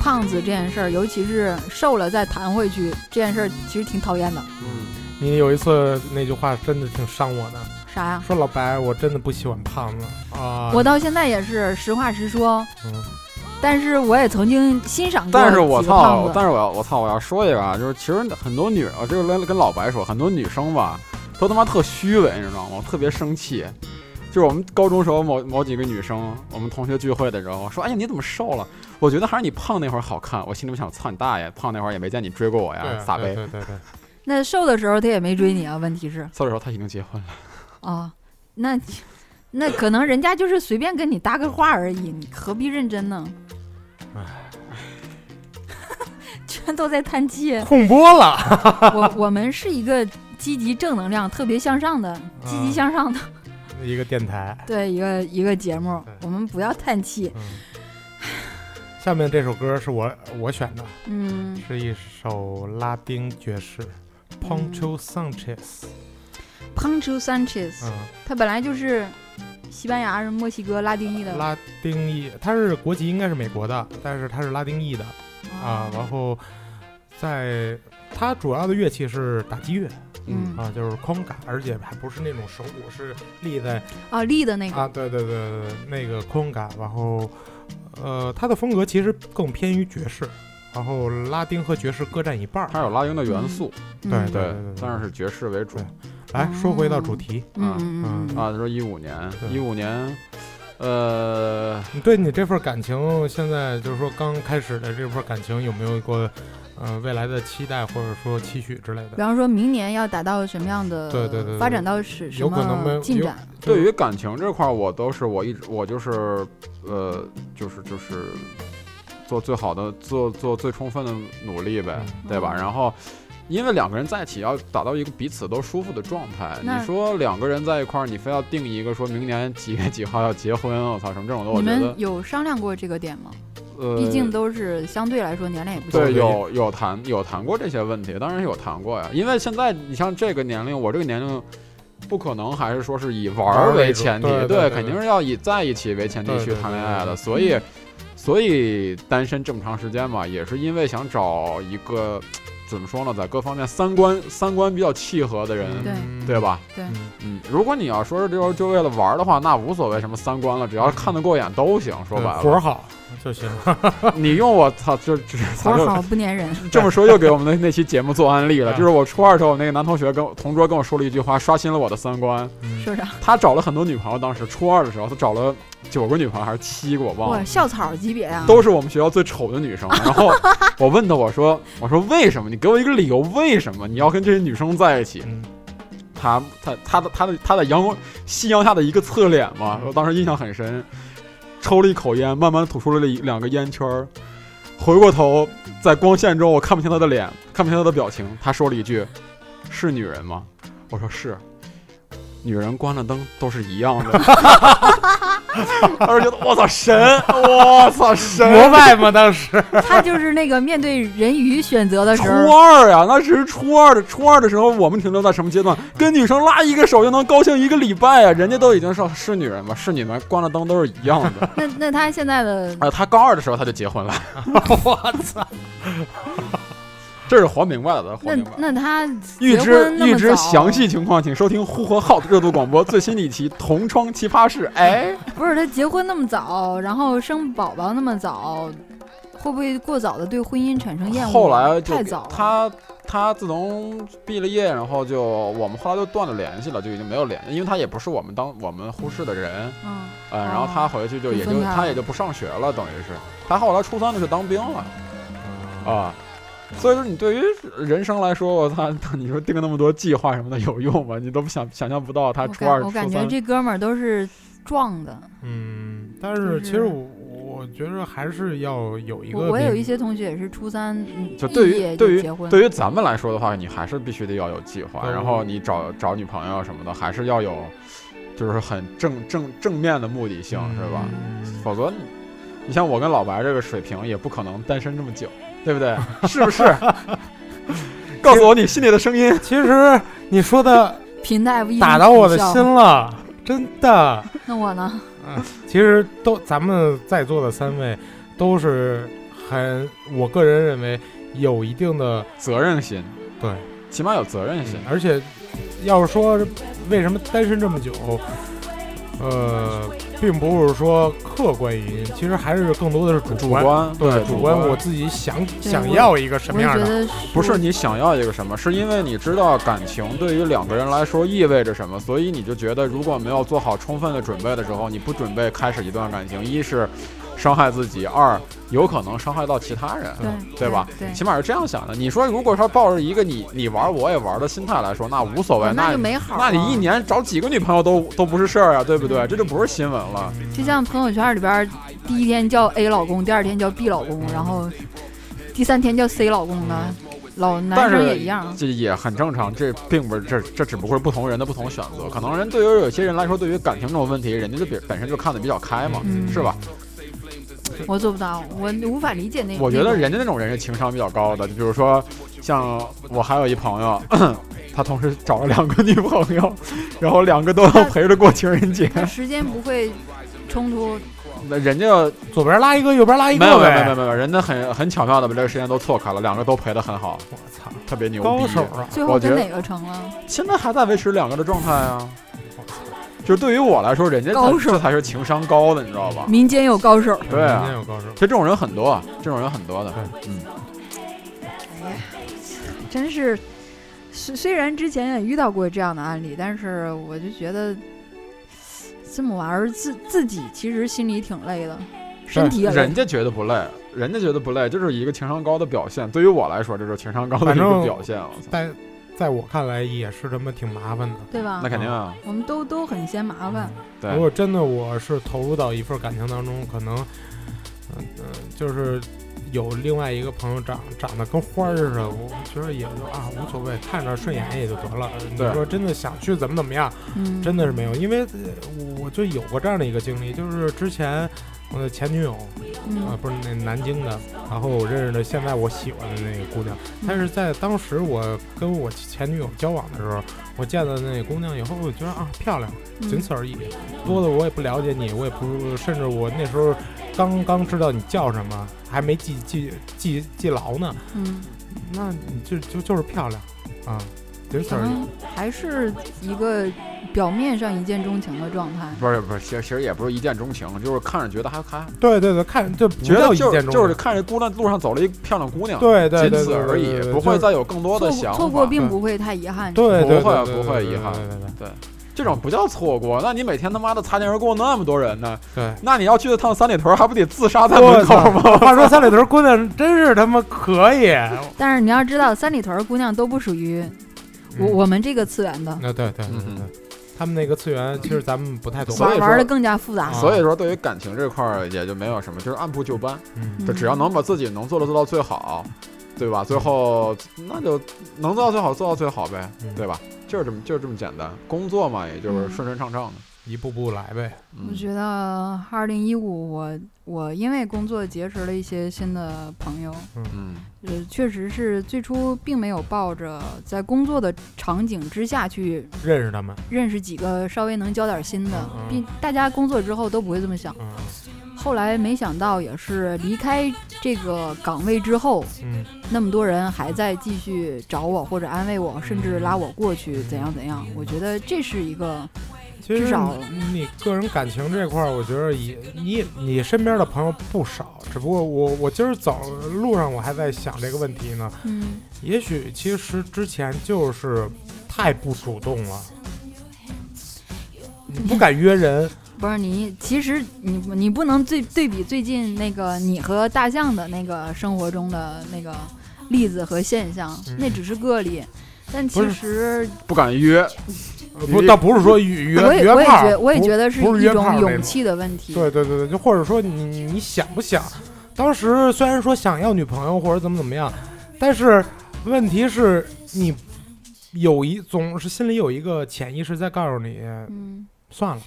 A: 胖子这件事儿，尤其是瘦了再弹回去这件事儿，其实挺讨厌的。
B: 嗯，
C: 你有一次那句话真的挺伤我的，
A: 啥呀？
C: 说老白，我真的不喜欢胖子啊。
A: 我到现在也是实话实说，
C: 嗯
A: 但是我也曾经欣赏过
B: 但是我
A: 几个胖
B: 操
A: 子，
B: 但是我要我操，我要说一个啊，就是其实很多女，啊，这个跟跟老白说，很多女生吧，都他妈特虚伪，你知道吗？我特别生气。就是我们高中时候某某几个女生，我们同学聚会的时候说：“哎呀，你怎么瘦了？”我觉得还是你胖那会儿好看。我心里我想：“操你大爷！胖那会儿也没见你追过我呀，
C: 对
B: 啊 撒呗
C: 对对对，
A: 那瘦的时候他也没追你啊？问题是？”
B: 这时候他已经结婚了。
A: 啊，那那可能人家就是随便跟你搭个话而已，你何必认真呢？ 全都在叹 气。
C: 控播了，
A: 我我们是一个积极正能量、特别向上的、积极向上的
C: 一个电台。
A: 对一个一个节目
C: 对。
A: 我们不要叹气。
C: 嗯，下面这首歌是我我选的，
A: 嗯，
C: 是一首拉丁爵士，Poncho Sanchez。
A: Pancho Sanchez，、
C: 嗯，
A: 他本来就是西班牙人、墨西哥、拉丁裔的
C: 拉丁裔，他是国籍应该是美国的，但是他是拉丁裔的
A: 哦嗯
C: 啊。然后在他主要的乐器是打击乐
A: 嗯
C: 啊，就是空嘎，而且还不是那种手鼓，是立在
A: 啊，利的那个，
C: 啊，对对对对，对，那个空感，然后，呃，他的风格其实更偏于爵士，然后拉丁和爵士各占一半儿。
B: 它有拉丁的元素，
A: 嗯、
C: 对啊
B: 对
C: 对，
B: 但是是爵士为主
C: 对来说回到主题，
A: 嗯嗯嗯
B: 啊。他说一五年，
C: 对
B: 一五年，呃，
C: 你对你这份感情，现在就是说刚开始的这份感情，有没有过呃未来的期待或者说期许之类
A: 比
C: 的？
A: 方说明年要达到什么样的，
C: 对对对对
A: 发展到是什
C: 有可能没
A: 么
C: 有
A: 进展？
B: 对于感情这块，儿，我都是我一直我就是呃，就是就是做最好的，做做最充分的努力呗，
C: 嗯
B: 对吧？
A: 嗯
B: 然后，因为两个人在一起要达到一个彼此都舒服的状态。
A: 那
B: 你说两个人在一块儿，你非要定一个说明年几月几号要结婚，我操，什么这种的，我
A: 你
B: 觉
A: 们
B: 得
A: 有商量过这个点吗？
B: 呃，
A: 毕竟都是相对来说年龄也不小
C: 对
B: 对，有有谈有谈过这些问题，当然有谈过呀。因为现在你像这个年龄，我这个年龄，不可能还是说是以玩
C: 玩
B: 儿
C: 儿为
B: 为
C: 主
B: 前提，
C: 对对对对
B: 肯定是要以在一起为前提
C: 对对
B: 去
C: 对
B: 谈恋
C: 对
B: 爱
C: 对嗯
B: 的。
C: 对
B: 所以，所以单身这么长时间嘛，也是因为想找一个怎么说呢，在各方面三观三观比较契合的人，
A: 对
C: 嗯
B: 对？吧？
A: 对
C: 嗯
B: 嗯，如果你要说是就就为了玩儿的话，那无所谓什么三观了，只要看得过眼都行。说白
C: 对嗯活
B: 了，
C: 儿好就行。
B: 你用我操，就就
A: 活
B: 就
A: 儿好不粘人，
B: 这么说又给我们的那期节目做案例了，
C: 嗯
B: 就是我初二时候，我那个男同学跟我同桌跟我说了一句话，刷新了我的三观。
C: 嗯
A: 是不是？
B: 他找了很多女朋友，当时初二的时候，他找了九个女朋友还是七个，我 忘
A: 哇，
B: 了，
A: 校草级别啊！
B: 都是我们学校最丑的女生。然后我问他，我说我说为什么？你给我一个理由，为什么你要跟这些女生在一起？
C: 嗯，
B: 他他他的他的他在阳光夕阳下的一个侧脸嘛，我当时印象很深。抽了一口烟，慢慢吐出了一两个烟圈儿，回过头，在光线中我看不清他的脸，看不清他的表情。他说了一句：“是女人吗？”我说：“是。”女人关了灯都是一样的。当时觉得我操神，我操神！
C: 膜拜吗？当时
A: 他就是那个面对人鱼选择的时
B: 初
A: 候，
B: 二呀、那只是初二的。初二的时候，我们停留在什么阶
A: 嗯
B: 段？跟女生拉一个手就能高兴一个礼拜呀、啊人家都已经说是女人吗？是女人，关了灯都是一样 的。哎
A: 那那他现在的
B: 啊，他高二的时候他就结婚了。
C: 我操！
B: 这是黄明白的，
A: 那
B: 黄明白。
A: 那他
B: 预
A: 结
B: 知
A: 婚那
B: 预
A: 么
B: 知
A: 早啊
B: 详细情况，请收听呼和浩特热度广播最新一期《同窗奇葩 事》。哎，
A: 不是他结婚那么早，然后生宝宝那么早，会不会过早的对婚姻产生厌恶？啊
B: 后来就
A: 哎太
B: 给
A: 早了，
B: 他他自从毕了业，然后就我们后来就断了联系了，就已经没有联系，因为他也不是我们当我们忽视的人，
A: 嗯，
B: 嗯，然后
A: 哦
B: 他回去就
A: 就
B: 也就
A: 分开
B: 他
A: 了
B: 也就不上学了，等于是他后来初三就去当兵了啊。所以说，你对于人生来说，我操， 你说定那么多计划什么的有用吗？你都不想想象不到他
A: 我
B: 初二、
A: 感我
B: 初
A: 感
B: 三
A: 觉这哥们儿都是撞的。
C: 嗯，但
A: 就是是
C: 其实我我觉得还是要有一个
A: 我我有
C: 明
A: 一些同学也是初三，嗯
B: 就对于
A: 毕业
B: 对于
A: 结婚，
B: 对于咱们来说的话，你还是必须得要有计划，
C: 嗯
B: 然后你找找女朋友什么的，还是要有，就是很正正正面的目的性，是吧？
C: 嗯
B: 否则你，你像我跟老白这个水平，也不可能单身这么久，对不对？是不是？告诉我你心里的声音。
C: 其实你说的
A: 贫大夫一
C: 打
A: 声
C: 到我的
A: 苦笑
C: 心。了，真的。
A: 那我 呢？
C: 其实都咱们在座的三位都是很，我个人认为有一定的，
B: 责任心，
C: 对，
B: 起码有责任心。
C: 而且要是说为什么单身这么久，呃，并不是说客观原因，其实还是更多的是
B: 主
C: 观。
B: 观对
C: 主
B: 观，
C: 我自己想
A: 对
C: 想
A: 我
C: 要一个什
A: 我
C: 么
A: 也
C: 样
A: 觉
C: 的，
A: 得
B: 不是你想要一个什么，是因为你知道感情对于两个人来说意味着什么，所以你就觉得如果没有做好充分的准备的时候，你不准备开始一段感情，一是伤害自己，二有可能伤害到其他人，
A: 对
B: 对吧？
A: 对，
B: 起码是这样想的。你说如果说抱着一个你你玩我也玩的心态来说，那无所谓，
A: 哦那
B: 那
A: 就没好。嗯
B: 那你一，年找几个女朋友都都不是事儿啊，对不对？这就不是新闻了。
A: 就像朋友圈里边儿，第一天叫 A 老公，第二天叫 B 老公，然后第三天叫 C 老公的，老男
B: 但
A: 生
B: 是
A: 也一样。
B: 这也很正常，这并不是这这只不过是不同人的不同选择，可能人对于有些人来说，对于感情这种问题，人家就比本身就看得比较开嘛，
A: 嗯
B: 是吧？
A: 我做不到，我无法理解那。
B: 我觉
A: 那
B: 得
A: 种
B: 人家那种人是情商比较高的，就比如说像我还有一朋 友，他同时找了两个女朋友，然后两个都要陪着过情 人节，
A: 他时间不会冲突，
B: 那人家
C: 左边拉一个，右边
A: 哎
C: 拉一
B: 没有
C: 个
B: 没有没有
C: 呗。
B: 没有，人家很很巧妙的把这个时间都错开了，两个都陪得很好，
C: 我操，
B: 特别牛逼
C: 高。手啊！
A: 最
B: 我
A: 后
B: 觉
A: 跟
B: 得
A: 哪个成了？
B: 现在还在维持两个的状态啊。就是对于我来说，人家才
A: 高手
B: 这才是情商高的，你知道吧？
A: 民间有高手。
B: 对啊
C: 人家有高手。
B: 其实这种人很多，啊，这种人很多的。
A: 哎呀，真是，虽虽然之前也遇到过这样的案例，但是我就觉得这么玩儿，自自己其实心里挺累的，身体也累
B: 人。家觉得不累，人家觉得不累，这是一个情商高的表现。对于我来说，这就是情商高的一
C: 反
B: 个
C: 正
B: 表现。我操，
C: 在在我看来也是他妈挺麻烦的。嗯
A: 对吧
B: 那？肯定啊，
A: 我们都都很嫌麻烦，
B: 对
C: 如果真的我是投入到一份感情当中，可能，嗯、嗯、就是有另外一个朋友长长得跟花儿似的，我觉得也就啊无所谓，看着顺眼也就得了。你
B: 对
C: 说真的想去怎么怎么样，
A: 嗯，
C: 真的是没有，因为呃我就有过这样的一个经历，就是之前我的前女友啊、
A: 嗯，
C: 不是那南京的，然后我认识了现在我喜欢的那个姑娘，但是在当时我跟我前女友交往的时候，我见到那个姑娘以后，我觉得啊漂亮。
A: 嗯
C: 仅此而已。多的我也不了解你，我也不，甚至我那时候刚刚知道你叫什么，还没记记记记牢呢。
A: 嗯，
C: 那你就就就是漂亮啊，仅此
A: 可
C: 而已。
A: 能还是一个表面上一见钟情的状态。
B: 不是不是，其实其实也不是一见钟情，就是看着觉得还还
C: 对对对，看这不
B: 觉
C: 叫
B: 得
C: 一
B: 就是
C: 见钟情，
B: 就是看着姑娘路上走了一漂亮姑娘，
C: 对
B: 仅
C: 对对对
B: 此
C: 对
B: 而已
C: 对，对
B: 不会
C: 就是
B: 再有更多的
A: 错
B: 想
A: 过
B: 法。
A: 错过并
C: 对
A: 不会太遗憾，
C: 对对对
B: 不会
C: 对对
B: 不会
C: 对
B: 遗憾
C: 对对对
B: 这种不叫错过，那你每天他妈的擦肩而过那么多人呢？
C: 对。
B: 那你要去趟三里屯，还不得自杀在
C: 我
B: 门口
C: 操！
B: 吗？
C: 话说三里屯姑 娘真是他妈可以，
A: 但是你要知道，三里屯儿姑娘都不属于我
C: 嗯
A: 我们这个次元的，
C: 那对对对对
B: 嗯
C: 对，他们那个次元其实咱们不太懂，
B: 所以
A: 玩
B: 说
A: 玩的更加复
C: 啊
A: 杂。
B: 所以说，对于感情这块儿也就没有什么，就是按部就班。
C: 嗯
B: 就只要能把自己能做的做到最好，对吧？最后那就能做到最好，做到最好呗，
C: 嗯
B: 对吧？就是这么就是这么简单，工作嘛，也就是顺顺畅畅的。
C: 一步步来呗。
B: 嗯
A: 我觉得二零一五，我我因为工作结识了一些新的朋友，
B: 嗯，
A: 呃，确实是最初并没有抱着在工作的场景之下去
C: 认识他们，
A: 认识几个稍微能交点心的
C: 嗯，
A: 并大家工作之后都不会这么想。
C: 嗯，
A: 后来没想到也是离开这个岗位之后，
C: 嗯，
A: 那么多人还在继续找我或者安慰我，甚至拉我过去怎样怎样。我觉得这是一个
C: 其实
A: 至少
C: 你个人感情这块儿，我觉得也你你身边的朋友不少，只不过我我今儿走路上我还在想这个问题呢。
A: 嗯
C: 也许其实之前就是太不主动了，你不敢约人，
A: 不是你，其实你你不能最对比最近那个你和大象的那个生活中的那个例子和现象，
C: 嗯
A: 那只是个例。但
C: 不
A: 其
C: 是
A: 实
B: 不敢约，
C: 呃不倒不是说约约
A: 我也我
C: 约
A: 也
C: 炮
A: 觉
C: 儿，
A: 我也
C: 不
A: 觉得是
C: 不是
A: 一
C: 约炮
A: 种
C: 那
A: 勇
C: 种
A: 气的问题。
C: 对对对对，就或者说你你你想不想？当时虽然说想要女朋友或者怎么怎么样，但是问题是你有一总是心里有一个潜意识在告诉你，
A: 嗯，
C: 算了，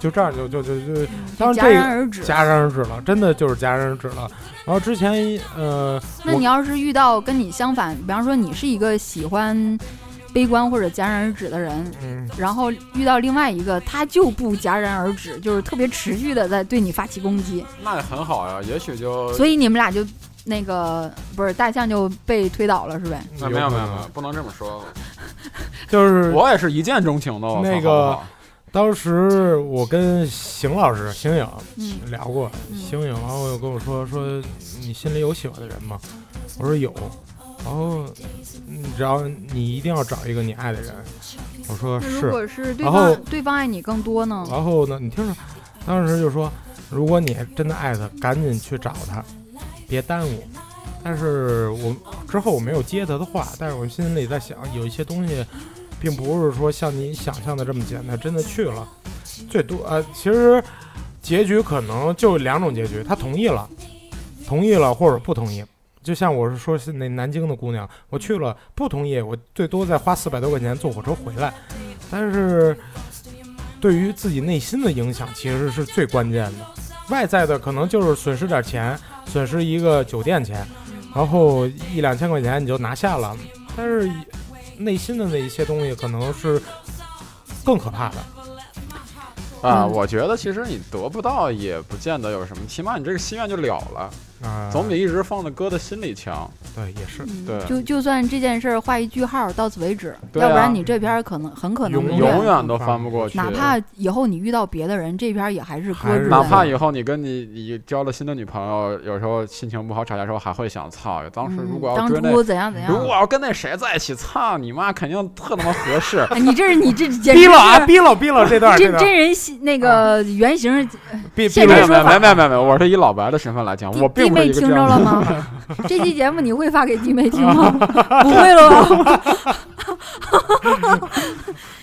C: 就这样就就就就当
A: 戛
C: 然这
A: 然
C: 个
A: 而止。
C: 戛然而止了，真的就是戛然而止了。然后之前呃，
A: 那
C: 我
A: 你要是遇到跟你相反，比方说你是一个喜欢悲观或者戛然而止的人，
C: 嗯，
A: 然后遇到另外一个他就不戛然而止，就是特别持续的在对你发起攻击，
B: 那也很好呀。也许就
A: 所以你们俩就那个不是大象就被推倒了是呗？
B: 啊没有没有
C: 可
B: 没有
C: 能，，
B: 不能这么说。
C: 就是
B: 我也是一见钟情的。我操
C: 那
B: 好
C: 个
B: 不好
C: 当时我跟邢老师邢颖
A: 嗯
C: 聊过，
A: 嗯
C: 邢颖，然后又跟我说说你心里有喜欢的人吗？我说有，然后你只要你一定要找一个你爱的人，我说
A: 那
C: 是
A: 如，果是对
C: 然后
A: 方对方爱你更多呢？
B: 啊
C: 然后呢，你听着，当时就说，如果你真的爱他，赶紧去找他，别耽误。但是我之后我没有接他的话，但是我心里在想，有一些东西，并不是说像你想象的这么简单。真的去了，最多呃，其实结局可能就两种结局，他同意了，同意了或者不同意。就像我是说，是那南京的姑娘，我去了不同意，我最多再花四百多块钱坐火车回来。但是对于自己内心的影响其实是最关键的，外在的可能就是损失点钱，损失一个酒店钱，然后一两千块钱你就拿下了，但是内心的那一些东西可能是更可怕的。
B: 啊，
A: 嗯
B: 我觉得其实你得不到也不见得有什么，起码你这个心愿就了了，
C: 啊、
B: 总比一直放在搁在心里强。
C: 对也是
A: 嗯
B: 对
A: 就就算这件事儿画一句号，到此为止，
B: 对啊
A: 要不然你这篇儿可能很可能
C: 永
B: 永
A: 远
B: 远都翻不过去。
A: 哪怕以后你遇到别的人，这篇儿也还是搁
C: 还
A: 置
C: 是
A: 的。
B: 哪怕以后你跟你你交了新的女朋友，有时候心情不好吵架的时候，还会想操，当时如果
A: 嗯
B: 要追
A: 当
B: 那，
A: 初怎样怎样。
B: 如，果要跟那谁在一起，操你妈，肯定特他妈合适
A: 哎你这是你 这简直
C: 逼了啊
A: 是
C: 逼了逼 了这段这
A: 真
B: 啊
C: 段
A: 真人系那个原型儿
C: 逼逼
A: 现
B: 没
A: 在
B: 有
C: 了
A: 说
B: 没有
A: 法
B: 没有没有没有没有，我是以老白的身份来讲，
A: 弟
B: 我
A: 弟
B: 并不是
A: 妹
B: 一个
A: 听
B: 这
A: 着
B: 样的
A: 了
B: 人。
A: 吗？ 这期节目你会发给弟妹听 吗？不会了吧？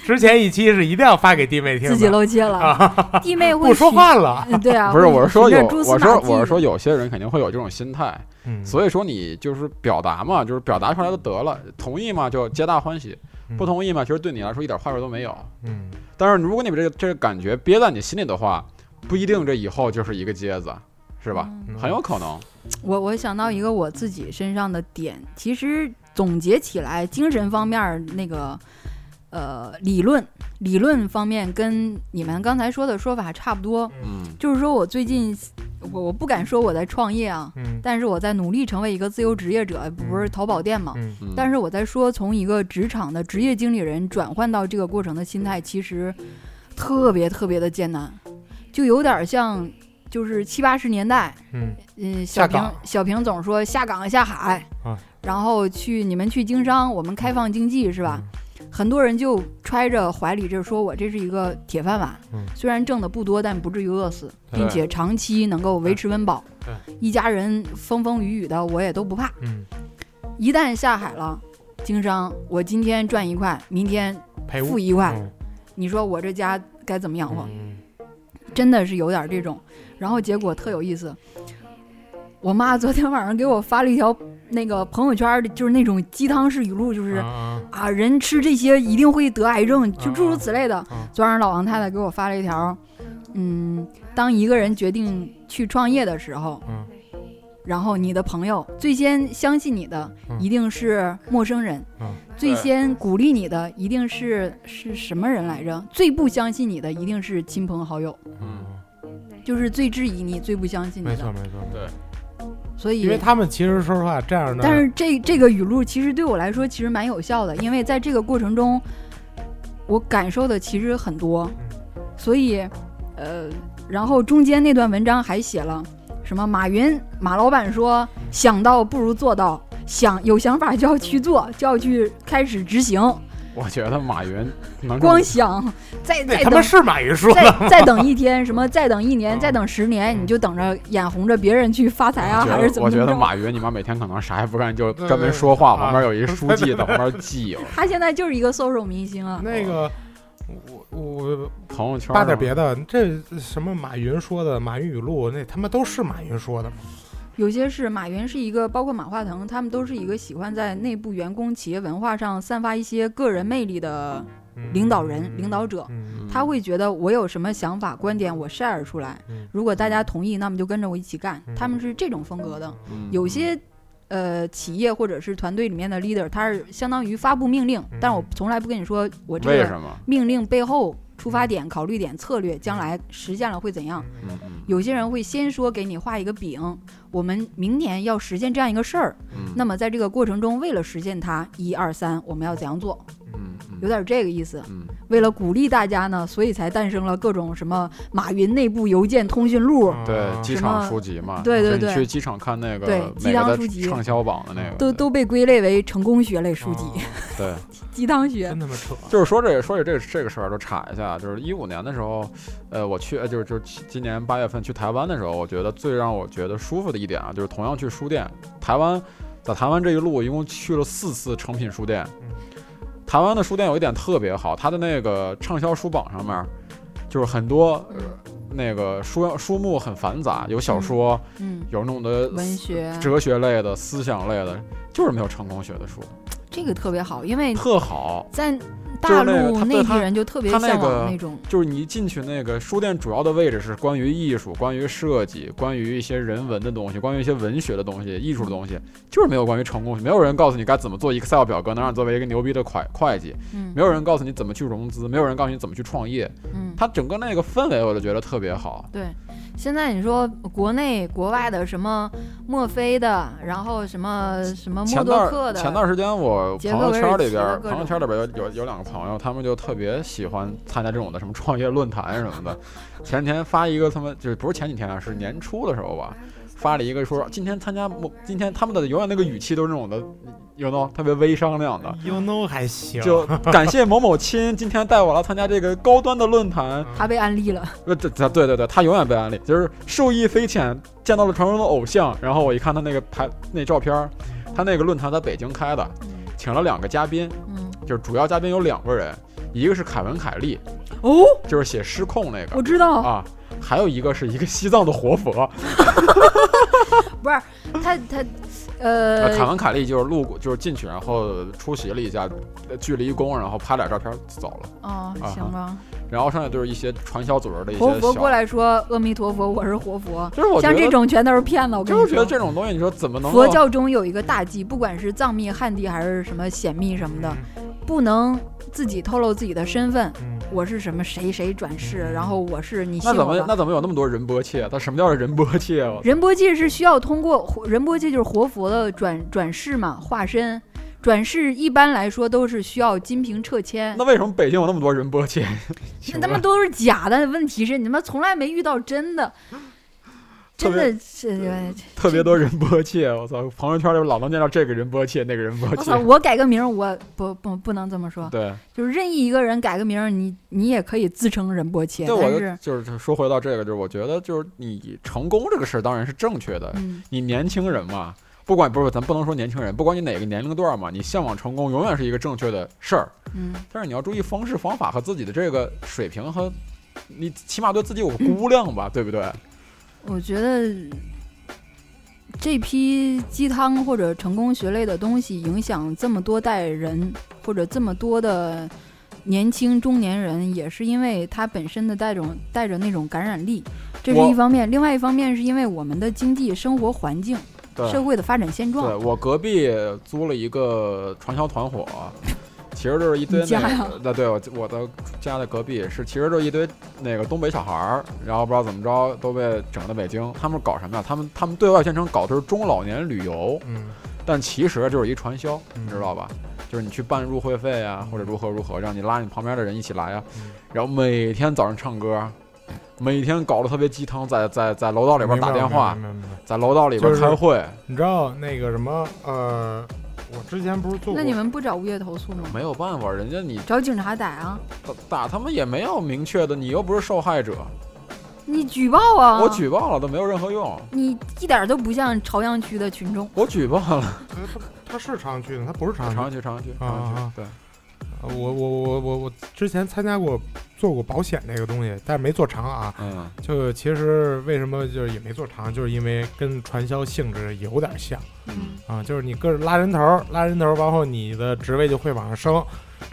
C: 之前一期是一定要发给弟妹听的，
A: 自己露怯
B: 啊
A: 了，弟妹会
C: 不说
A: 取。
C: 话了。
A: 嗯对啊，
B: 不是，我是说
A: 会
B: 有
A: 循着，蛛
B: 我
A: 丝马
B: 说
A: 迹
B: 我是说，有些人肯定会有这种心态，
C: 嗯，
B: 所以说你就是表达嘛，就是表达出来就得了，同意嘛就皆大欢喜，
C: 嗯
B: 不同意嘛，其实对你来说一点坏处都没有。
C: 嗯
B: 但是如果你把这个这个感觉憋在你心里的话，不一定这以后就是一个疖子，是吧？
A: 嗯
C: 嗯
B: 很有可能。
A: 我我想到一个我自己身上的点，其实总结起来，精神方面儿那个呃理论理论方面跟你们刚才说的说法差不多，
B: 嗯，
A: 就是说我最近我我不敢说我在创业啊，
C: 嗯
A: 但是我在努力成为一个自由职业者，不是淘宝店嘛。
C: 嗯
B: 嗯
A: 但是我在说从一个职场的职业经理人转换到这个过程的心态，其实特别特别的艰难，就有点像就是七八十年代，
C: 嗯
A: 嗯，小
C: 下
A: 平
C: 岗
A: 小平总说下岗下海，
C: 啊
A: 然后去你们去经商，我们开放经济是
C: 嗯
A: 吧？很多人就揣着怀里这说我这是一个铁饭碗，
C: 嗯
A: 虽然挣的不多，但不至于饿死，
C: 对
A: 并且长期能够维持温饱
C: 对，
A: 一家人风风雨雨的我也都不怕。
C: 嗯，
A: 一旦下海了，经商，我今天赚一块，明天
C: 陪
A: 负
C: 哎我
A: 一块，你说我这家该怎么养活？
C: 嗯
A: 真的是有点这种。然后结果特有意思，我妈昨天晚上给我发了一条那个朋友圈儿的，就是那种鸡汤式语录，就是
C: 啊啊
A: 啊，人吃这些一定会得癌症，就诸如此类的
C: 嗯。
A: 昨晚上老王太太给我发了一条，嗯，当一个人决定去创业的时候，
C: 嗯
A: 然后你的朋友最先相信你的
C: 嗯
A: 一定是陌生人，
C: 嗯
A: 最先鼓励你的一定是是什么人来着？最不相信你的一定是亲朋好友。
C: 嗯
A: 就就是最质疑你、最不相信你
C: 没错
A: 的。
C: 没错，
B: 对
A: 所以，
C: 因为他们其实说实话这
B: 嗯
C: 样的，
A: 但是这这个语录其实对我来说其实蛮有效的，因为在这个过程中，我感受的其实很多，
B: 嗯
A: 所以，呃，然后中间那段文章还写了什么马云马老板说想到不如做到，想有想法就要去做，就要去开始执行，
B: 我觉得马云能
A: 光想再
C: 那
A: 再
C: 他妈
A: 等
C: 是马云说的，
A: 再再等一天，什么再等一年，
C: 嗯
A: 再等十年，
C: 嗯
A: 你就等着眼红着别人去发财啊，
B: 我觉
A: 还
B: 得
A: 是怎么
B: 我
A: 着？
B: 觉得马云你妈每天可能啥也不干，就
C: 对
B: 专门
C: 对
B: 说话，
C: 啊
B: 旁边有一书 记在旁边记，
A: 他现在就是一个 social 明星啊，
C: 那个我我我
B: 朋友圈
C: 扒点
B: 上
C: 别的，这什么马云说的马云语录，那他妈都是马云说的嘛，
A: 有些是马云是一个，包括马化腾，他们都是一个喜欢在内部员工企业文化上散发一些个人魅力的
C: 嗯
A: 领导人、领导者。
C: 嗯
B: 嗯
A: 他会觉得我有什么想法、观点，我 share 出来
C: 嗯。
A: 如果大家同意，那么就跟着我一起干。
C: 嗯
A: 他们是这种风格的。
B: 嗯
A: 有些呃企业或者是团队里面的 leader，他是相当于发布命令
C: 嗯，
A: 但我从来不跟你说我这
B: 为
A: 个
B: 什么？
A: 命令背后出发点、考虑点、策略，将来实现了会怎样。
B: 嗯嗯
A: 有些人会先说给你画一个饼，我们明年要实现这样一个事儿。
B: 嗯，
A: 那么在这个过程中，为了实现它，一二三，我们要怎样做？
B: 嗯嗯
A: 有点这个意思。
B: 嗯
A: 为了鼓励大家呢，所以才诞生了各种什么马云内部邮件通讯录，
C: 啊
B: 对机
A: 什
B: 场
A: 么
B: 书籍嘛，
A: 对对
B: 就是
A: 对
B: 嗯你去机场看那个
A: 对
B: 每
A: 鸡
B: 个
A: 汤
B: 在
A: 书籍
B: 畅销榜的那个，
A: 都都被归类为成功学类书籍、
B: 嗯
C: 啊
B: 对。
A: 鸡汤学
C: 真。他 妈扯，
B: 就是说这说起这这个事儿，就岔一下，就是一五年的时候，呃，我去，呃，就是就是今年八月份去台湾的时候，我觉得最让我觉得舒服的一点啊，就是同样去书店，台湾在台湾这一路，我一共去了四次诚品书店
C: 嗯。
B: 台湾的书店有一点特别好，它的那个畅销书榜上面，就是很多、呃那个书书目很繁杂，有小说，
A: 嗯，
B: 有那种的
A: 文学
B: 哲学类的、思想类的，就是没有成功学的书，
A: 这个特别好，因为
B: 特好。
A: 在
B: 就是
A: 大
B: 那个
A: 陆
B: 他
A: 内地
B: 他
A: 人就特别
B: 他
A: 向
B: 那
A: 往
B: 个
A: 那种。
B: 就是你一进去那个书店，主要的位置是关于艺术、关于设计、关于一些人文的东西、关于一些文学的东西、艺术的东西，就是没有关于成功学，没有人告诉你该怎么做 Excel 表格，能让你作为一个牛逼的会会计，
A: 嗯
B: 没有人告诉你怎么去融资，没有人告诉你怎么去创业，
A: 嗯，
B: 它整个那个氛围我就觉得特别好。
A: 对，现在你说国内国外的什么墨菲的，然后什么什么啊默
B: 前
A: 多
B: 段
A: 克
B: 儿
A: 的，
B: 前段时间，我
A: 杰
B: 朋
A: 克
B: 友
A: 韦
B: 圈
A: 尔
B: 里
A: 奇
B: 边
A: 的
B: 儿，
A: 各
B: 朋友
A: 种
B: 圈里边儿有有有两个朋友，他们就特别喜欢参加这种的什么创业论坛什么的。前几天发一个，他们就是不是前几天啊，是年初的时候吧，发了一个说今天参加某，今天他们的永远那个语气都是那种的，you know，特别微商那样的。
C: ，you know 还行，
B: 就感谢某某亲今天带我来参加这个高端的论坛，
C: 嗯
A: 他被安利了，
B: 呃，这这对对对，他永远被安利，就是受益匪浅，见到了传说中的偶像。然后我一看他那个牌那照片儿，他那个论坛在北京开的，请了两个嘉宾，
A: 嗯，
B: 就是主要嘉宾有两个人，一个是凯文·凯利，
A: 哦，
B: 就是写《失控》那
A: 我
B: 个
A: 知道，
B: 啊，还有一个是一个西藏的活佛。
A: 不是他他，
B: 呃凯
A: 呃，
B: 文·凯利就是路过，就是进去，然后出席了一下，呃鞠了一躬，然后拍点照片走了。
A: 哦，
B: 啊
A: 行吧，
B: 然后剩下就是一些传销组织的一些
A: 活佛
B: 小
A: 过，来说阿弥陀佛，我是活佛，
B: 就是我觉
A: 像
B: 得
A: 这，种全都是骗子，我跟
B: 就
A: 你
B: 是觉得
A: 说。
B: 这种东西，你说怎么能够
A: 佛教中有一个大忌，不管是藏密、汉地还是什么显密什
B: 嗯
A: 么的，不能自己透露自己的身份。
C: 嗯，嗯
A: 我是什么谁谁转世，
C: 嗯
A: 然后我是你信
B: 那怎
A: 我
B: 么
A: 吧。
B: 那怎么有那么多仁波切？他什么叫仁波切？我
A: 仁波切是需要通过活仁波切就是活佛的转转世嘛，化身转世一般来说都是需要金瓶撤签
B: 那。为什么北京有那么多仁波切？
A: 那他妈都是假的，问题是你他妈从来没遇到真的，
B: 特
A: 真
B: 别
A: 的是
B: 特别多仁波切，我操！朋友圈里老能见到这个仁波切，那个仁 波
A: 我操！
B: 切。
A: 我改个名儿，我不不不能这么说，
B: 对，
A: 就是任意一个人改个名儿，你你也可以自称仁波切，
B: 对，我
A: 但
B: 就是就是说回到这个，就是我觉得就是你成功这个事儿当然是正确的，
A: 嗯
B: 你年轻人嘛，不管不是咱不能说年轻人，不管你哪个年龄段嘛，你向往成功永远是一个正确的事儿，
A: 嗯
B: 但是你要注意方式方法和自己的这个水平和你起码对自己有个估量吧，对不对？
A: 我觉得这批鸡汤或者成功学类的东西，影响这么多代人，或者这么多的年轻中年人，也是因为它本身的带种带着那种感染力，这是
B: 我
A: 一方面；另外一方面是因为我们的经济生活环境、
B: 对
A: 社会的发展现
B: 对
A: 状，
B: 我隔壁租了一个传销团伙，其实就是一堆
A: 你家
B: 那
A: 呀
B: 个，那对我我的家的隔壁是，其实就是一堆那个东北小孩儿，然后不知道怎么着都被整到北京。他们搞什么呀？他们他们对外宣称搞的是中老年旅游，
C: 嗯，
B: 但其实就是一传销，你知
C: 嗯
B: 道吧？就是你去办入会费啊，或者如何如何，让你拉你旁边的人一起来啊
C: 嗯，
B: 然后每天早上唱歌，每天搞得特别鸡汤，在在在楼道里边
C: 明白
B: 打电话，
C: 明白明白明白
B: 在楼道里边
C: 就是
B: 开会，
C: 你知道那个什么呃，我之前不是做过
A: 那你们不找物业投诉吗？
B: 没有办法，人家你
A: 找警察逮啊！
B: 打打他们也没有明确的，你又不是受害者，
A: 你举报啊！
B: 我，举报了都没有任何用，
A: 你一点都不像朝阳区的群众。
B: 我举报了，
C: 呃他他是朝阳区的，他不是朝阳
B: 长
C: 区。
B: 期长期
C: 啊
B: 长
C: 啊
B: 期，对，
C: 呃我我我我我之前参加过做过保险这个东西，但是没做长啊。
B: 嗯，
C: 就其实为什么就是也没做长，就是因为跟传销性质有点像
B: 嗯
C: 啊，就是你个人拉人头儿，拉人头儿，然后你的职位就会往上升，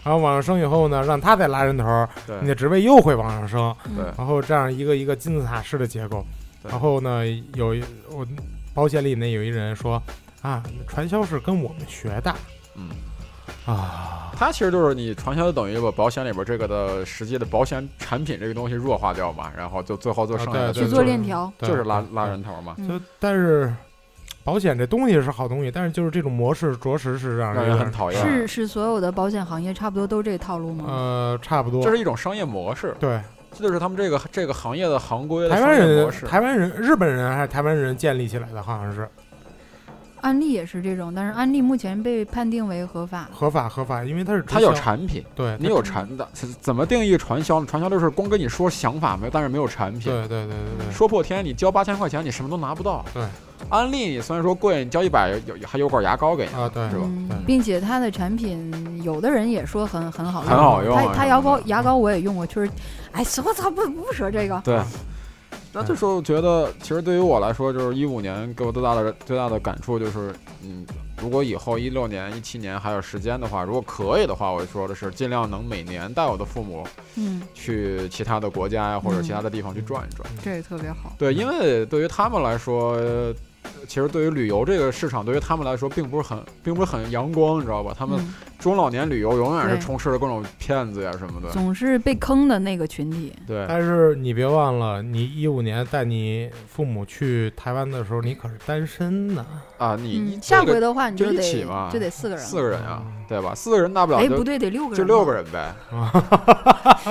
C: 然后往上升以后呢，让他再拉人头儿，你
B: 对
C: 的职位又会往上升，
A: 嗯，
C: 然后这样一个一个金字塔式的结构。
B: 对
C: 然后呢，有一我保险里那有一人说啊，传销是跟我们学的
B: 嗯，
C: 啊，
B: 它其实就是你传销等于把保险里边这个的实际的保险产品这个东西弱化掉嘛，然后就最后就剩下
C: 啊
B: 的
C: 对
A: 去
B: 就
A: 做
B: 是
A: 链条。
C: 对
B: 就是拉
C: 啊对
B: 拉
C: 对
B: 人头嘛，
A: 嗯
C: 就但是保险这东西是好东西，但是就是这种模式着实是让
B: 让
C: 有
B: 人
C: 点
B: 很讨厌，
A: 是是，所有的保险行业差不多都这套路
B: 嗯
A: 吗？
C: 呃，差不多。
B: 这是一种商业模式，
C: 对
B: 这就是他们这个这个行业的行规的
C: 台
B: 商
C: 湾
B: 业模
C: 人、
B: 式。
C: 台湾人、日本人还是台湾人建立起来的，好像是
A: 安利也是这种，但是安利目前被判定为合法。
C: 合法合法，因为它是直
B: 它有
C: 销
B: 产品，
C: 对，
B: 你有产的，怎怎么定义传销呢？传销就是光跟你说想法没有，但是没有产品。
C: 对对对对对，
B: 说破天，你交八千块钱，你什么都拿不到。
C: 对，
B: 安利你虽然说贵，你交一百有还有管牙膏给你，
C: 啊对
B: 是吧
A: 嗯
C: 对，
A: 并且它的产品，有的人也说很很好用，
B: 很好用啊。
A: 它它牙膏牙膏我也用过，就是，哎，我操，不不说这个，
B: 对。那这时候觉得，其实对于我来说，就是一五年给我最大的最大的感触就是，嗯，如果以后一六年、一七年还有时间的话，如果可以的话，我说的是尽量能每年带我的父母
A: 嗯，
B: 去其他的国家呀，或者其他的地方去转一转。
A: 这也特别好。
B: 对，因为对于他们来说，呃其实对于旅游这个市场，对于他们来说并不是很，并不是很阳光，你知道吧？他们
A: 嗯
B: 中老年旅游永远是
A: 对
B: 充斥着各种骗子呀什么的。
A: 总是被坑的那个群体，
B: 对，
C: 但是你别忘了，你一五年带你父母去台湾的时候，你可是单身呢。
B: 啊，你
A: 嗯，下
B: 这
A: 回
B: 个
A: 的话你
B: 就
A: 就
B: 一
A: 得
B: 起嘛
A: 就得四个人了，
B: 四个人啊
C: 嗯，
B: 对吧？四个人大不了
A: 哎，不
B: 就
A: 对，得六个人，
B: 就六个，人 呗。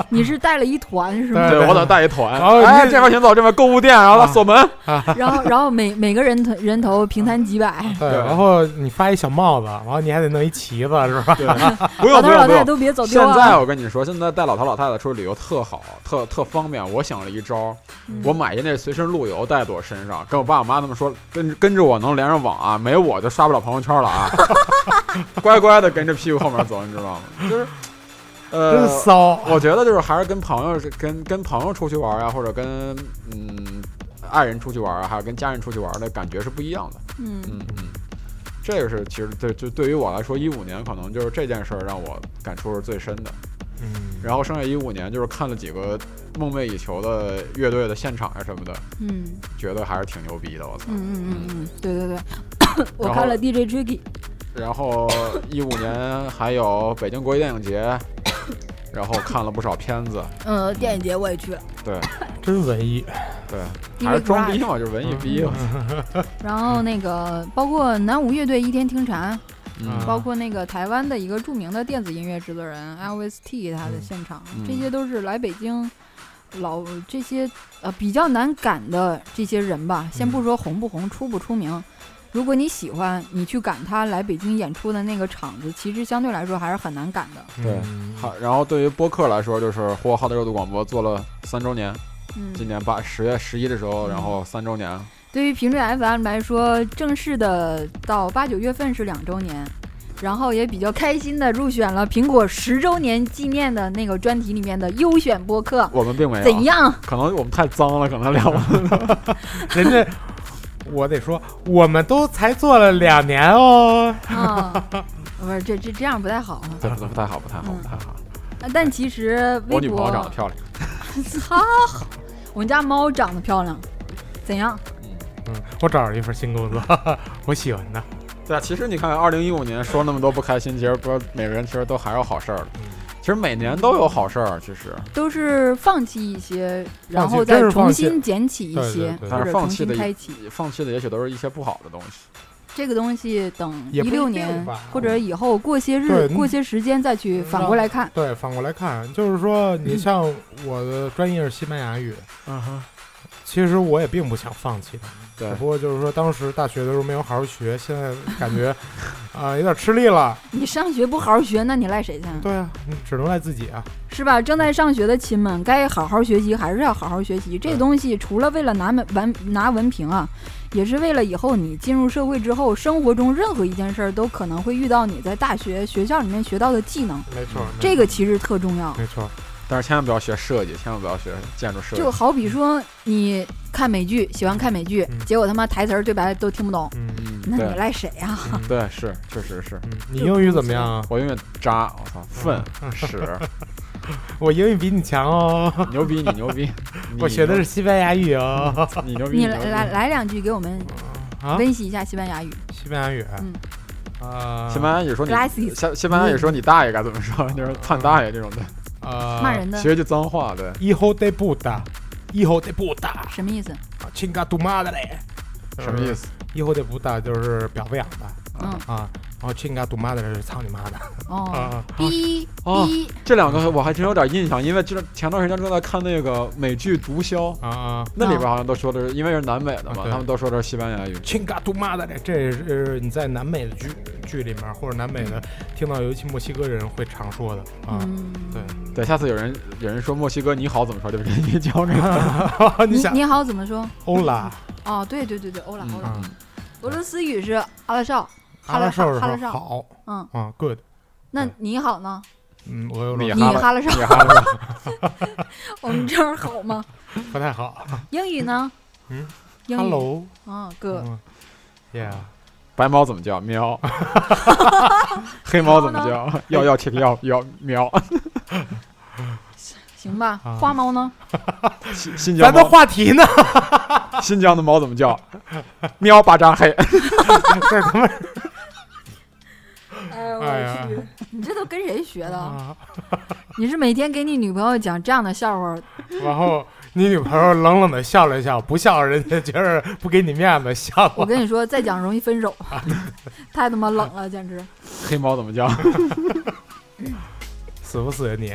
A: 你是带了一团是吗？
B: 对
C: 对对
B: 我得 带一团。
C: 哦
B: 哎，
C: 你
B: 这边请走，这边购物店，然后
C: 啊
A: 嗯
B: 他锁门。
A: 然后然后每每个人头人头平摊几 百，
C: 对，
B: 对
C: 然后你发一小帽子，然后你还得弄一旗子，是吧？
B: 对，不
A: 老头老
B: 用不用不
A: 太太
B: 用。
A: 都别走丢
B: 现在
A: 啊！
B: 我跟你说，现在带老头老太太出去旅游特好，特特方便。我想了一招，
A: 嗯
B: 我买一那随身路由带在我身上，跟我爸我妈他们说，跟跟着我能连上网啊，没我就刷不了朋友圈了啊， 乖乖的跟着屁股后面走，你知道吗？就是，
C: 真
B: 呃，
C: 骚。
B: 我觉得就是还是跟朋友跟跟朋友出去玩啊，或者跟嗯爱人出去玩啊，还有跟家人出去玩的感觉是不一样的。
A: 嗯，
B: 嗯嗯，这个是其实对就对于我来说，一五年可能就是这件事儿让我感触是最深的。
C: 嗯，
B: 然后剩下一五年就是看了几个梦寐以求的乐队的现场啊什么的，
A: 嗯
B: 觉得还是挺牛逼的，我操
A: 嗯！嗯嗯嗯，对对对，我
B: 然后
A: 看了 DJ Tricky，
B: 然后一五年还有北京国际电影节，然后看了不少片子，
A: 呃，电影节我也去了，
B: 对
C: 真文艺。
B: 对，
A: DJ
B: 还是装逼嘛，就是文艺逼嘛，
A: 嗯然后那个包括南舞乐队一天听蝉，
C: 嗯
A: 包括那个台湾的一个著名的电子音乐制作人 LST 他的
C: 嗯
A: 现场，
B: 嗯
A: 这些都是来北京老这些呃比较难赶的这些人
B: 嗯
A: 吧。先不说红不红、出不出名，如果你喜欢，你去赶他来北京演出的那个场子，其实相对来说还是很难赶的。
B: 对
C: 嗯
B: 好，然后对于播客来说，就是呼和浩特热度广播做了三周年，
A: 嗯，
B: 今年八十月十一的时候，
A: 嗯
B: 然后三周年，
A: 对于频率 FM 来说，正式的到八九月份是两周年，然后也比较开心的入选了苹果十周年纪念的那个专题里面的优选播客。
B: 我们并没有，
A: 怎 样？
B: 可能我们太脏了，可能 聊不
C: 人家，我得说，我们都才做了两年哦。
A: 啊，不是这这这样不太好啊。
B: 对不不太好，不太好，
A: 嗯
B: 不太好。
A: 呃但其实微
B: 我女朋 友长得
A: 博，
B: 漂亮，
A: 操，我们家猫长得漂亮，怎样？
C: 嗯 嗯，我找着一份新工作，我喜欢的。
B: 对啊，其实你看，二零一五年说那么多不开心，其实不是每个人其实都还有好事儿的。其实每年都有好事儿，其实，
A: 都是放弃一些，然
C: 放弃
A: 后
C: 真
A: 再
C: 是放
A: 重
C: 弃
A: 新捡起一
C: 嗯对对
A: 些，或
C: 对
B: 但是
A: 者
B: 放
A: 重
B: 弃
A: 新
B: 的
A: 开启。
B: 放弃的也许都是一些不好的东西。
A: 这个东西等一
C: 也不
A: 六
C: 一定
A: 年
C: 吧
A: 或者以后过些日
C: 对、你嗯
A: 过些时间再去反过来看。
C: 对，反过来看，就是说，你
A: 嗯
C: 像我的专业是西班牙语，
B: 嗯哼，
C: 其实我也并不想放弃它，
B: 对
C: 只，不过就是说当时大学的时候没有好好学，现在感觉 啊、有点吃力了。
A: 你上学不好好学，那你赖谁去啊？
C: 对啊，嗯只能赖自己啊。
A: 是吧？正在上学的亲们，该好好学习，还是要好好学习。这
C: 对
A: 东西除了为了拿文文拿文凭啊，也是为了以后你进入社会之后，生活中任何一件事儿都可能会遇到你在大学学校里面学到的技能，
C: 没错，
A: 这个其实特重要。
C: 没错，
B: 但是千万不要学设计，千万不要学建筑设计
A: 就。好比说，你看美剧，喜欢看美剧，
C: 嗯
A: 结果他妈台词儿对白都听不懂，
C: 嗯，
B: 嗯，
A: 那你
B: 对
A: 赖谁啊呀、
C: 嗯
B: 对是，确实是
C: 嗯，你英语怎么样啊？
B: 我永远渣，我操，粪
C: 嗯
B: 屎，
C: 我英语比你强哦，
B: 牛逼你牛逼，你
C: 我学的是西班牙语哦。
B: 牛你牛逼，
A: 你
B: 牛
A: 来
B: 逼
A: 来来两句给我们
C: 啊，
A: 温习一下西班牙语。
C: 西班牙语，
A: 嗯
C: 啊，
B: 西班牙语说你
A: Glasses
B: 西西班牙语说你大爷该怎么说？ 就是窜大爷这种的，
C: 啊，
A: 骂人的
B: 学一句脏话，对，
C: ，hijo de puta，hijo de puta，
A: 什么意思？
C: chinga tu madre，
B: 什么意？思？
C: hijo de puta 就是表不养的
A: 嗯
C: 啊，然后 chinga tu madre 是操你妈的
A: 哦，
C: 啊，
A: 逼
B: 哦
A: 逼，
B: 这两个我还真有点印象，因为就是前段时间正在看那个美剧《毒枭》，
C: 啊啊
B: 那里边好像都说的是，因为是南美的嘛
C: 啊，对
B: 他们都说的是西班牙语。
C: ，chinga tu madre，这是呃你在南美的剧剧里面或者南美的听到，尤其墨西哥人会常说的啊，
A: 嗯，
C: 对。
B: 对，下次有人有人说墨西哥你好怎么说，对不对？你教着我。
A: 嗯你
C: 你想
A: 你好怎么说？
C: 欧拉
A: 哦，对对对对，欧拉
B: 嗯
A: 欧拉。
C: 啊，
A: 俄罗斯语是阿拉少，
C: 阿拉少
A: 哈拉
C: 是
A: 少。
C: 好
A: 嗯，
C: 啊，good，
A: 那
C: 对
A: 你好呢？
C: 嗯，我有
B: 你
C: 点
A: 你
B: 哈拉
A: 哈拉少，
B: 你哈了，
A: 我们这儿好吗？
C: 不太好
A: 英语呢？
C: 嗯
A: 英语。
C: ，hello，
A: 嗯，哥。
C: 嗯，yeah，
B: 白猫怎么叫？喵。 黑猫怎么叫？要要切要要 喵。
A: 行吧
C: 啊，
A: 花猫呢？
B: 新新
C: 咱
B: 疆
C: 的
B: 猫
C: 话题呢？
B: 新疆的猫怎么叫？喵巴扎黑。
C: 这他妈
A: 哎
C: 哎呀去，
A: 你这都跟谁学的？
C: 啊！
A: 你是每天给你女朋友讲这样的笑 话，
C: 然后你女朋友冷冷的笑了一笑，不笑人家觉得不给你面子，笑
A: 我
C: 了。
A: 跟你说，再讲容易分 手，太他妈冷
C: 啊
A: 了，简直。
B: 黑猫怎么叫？
C: 死不死呀你？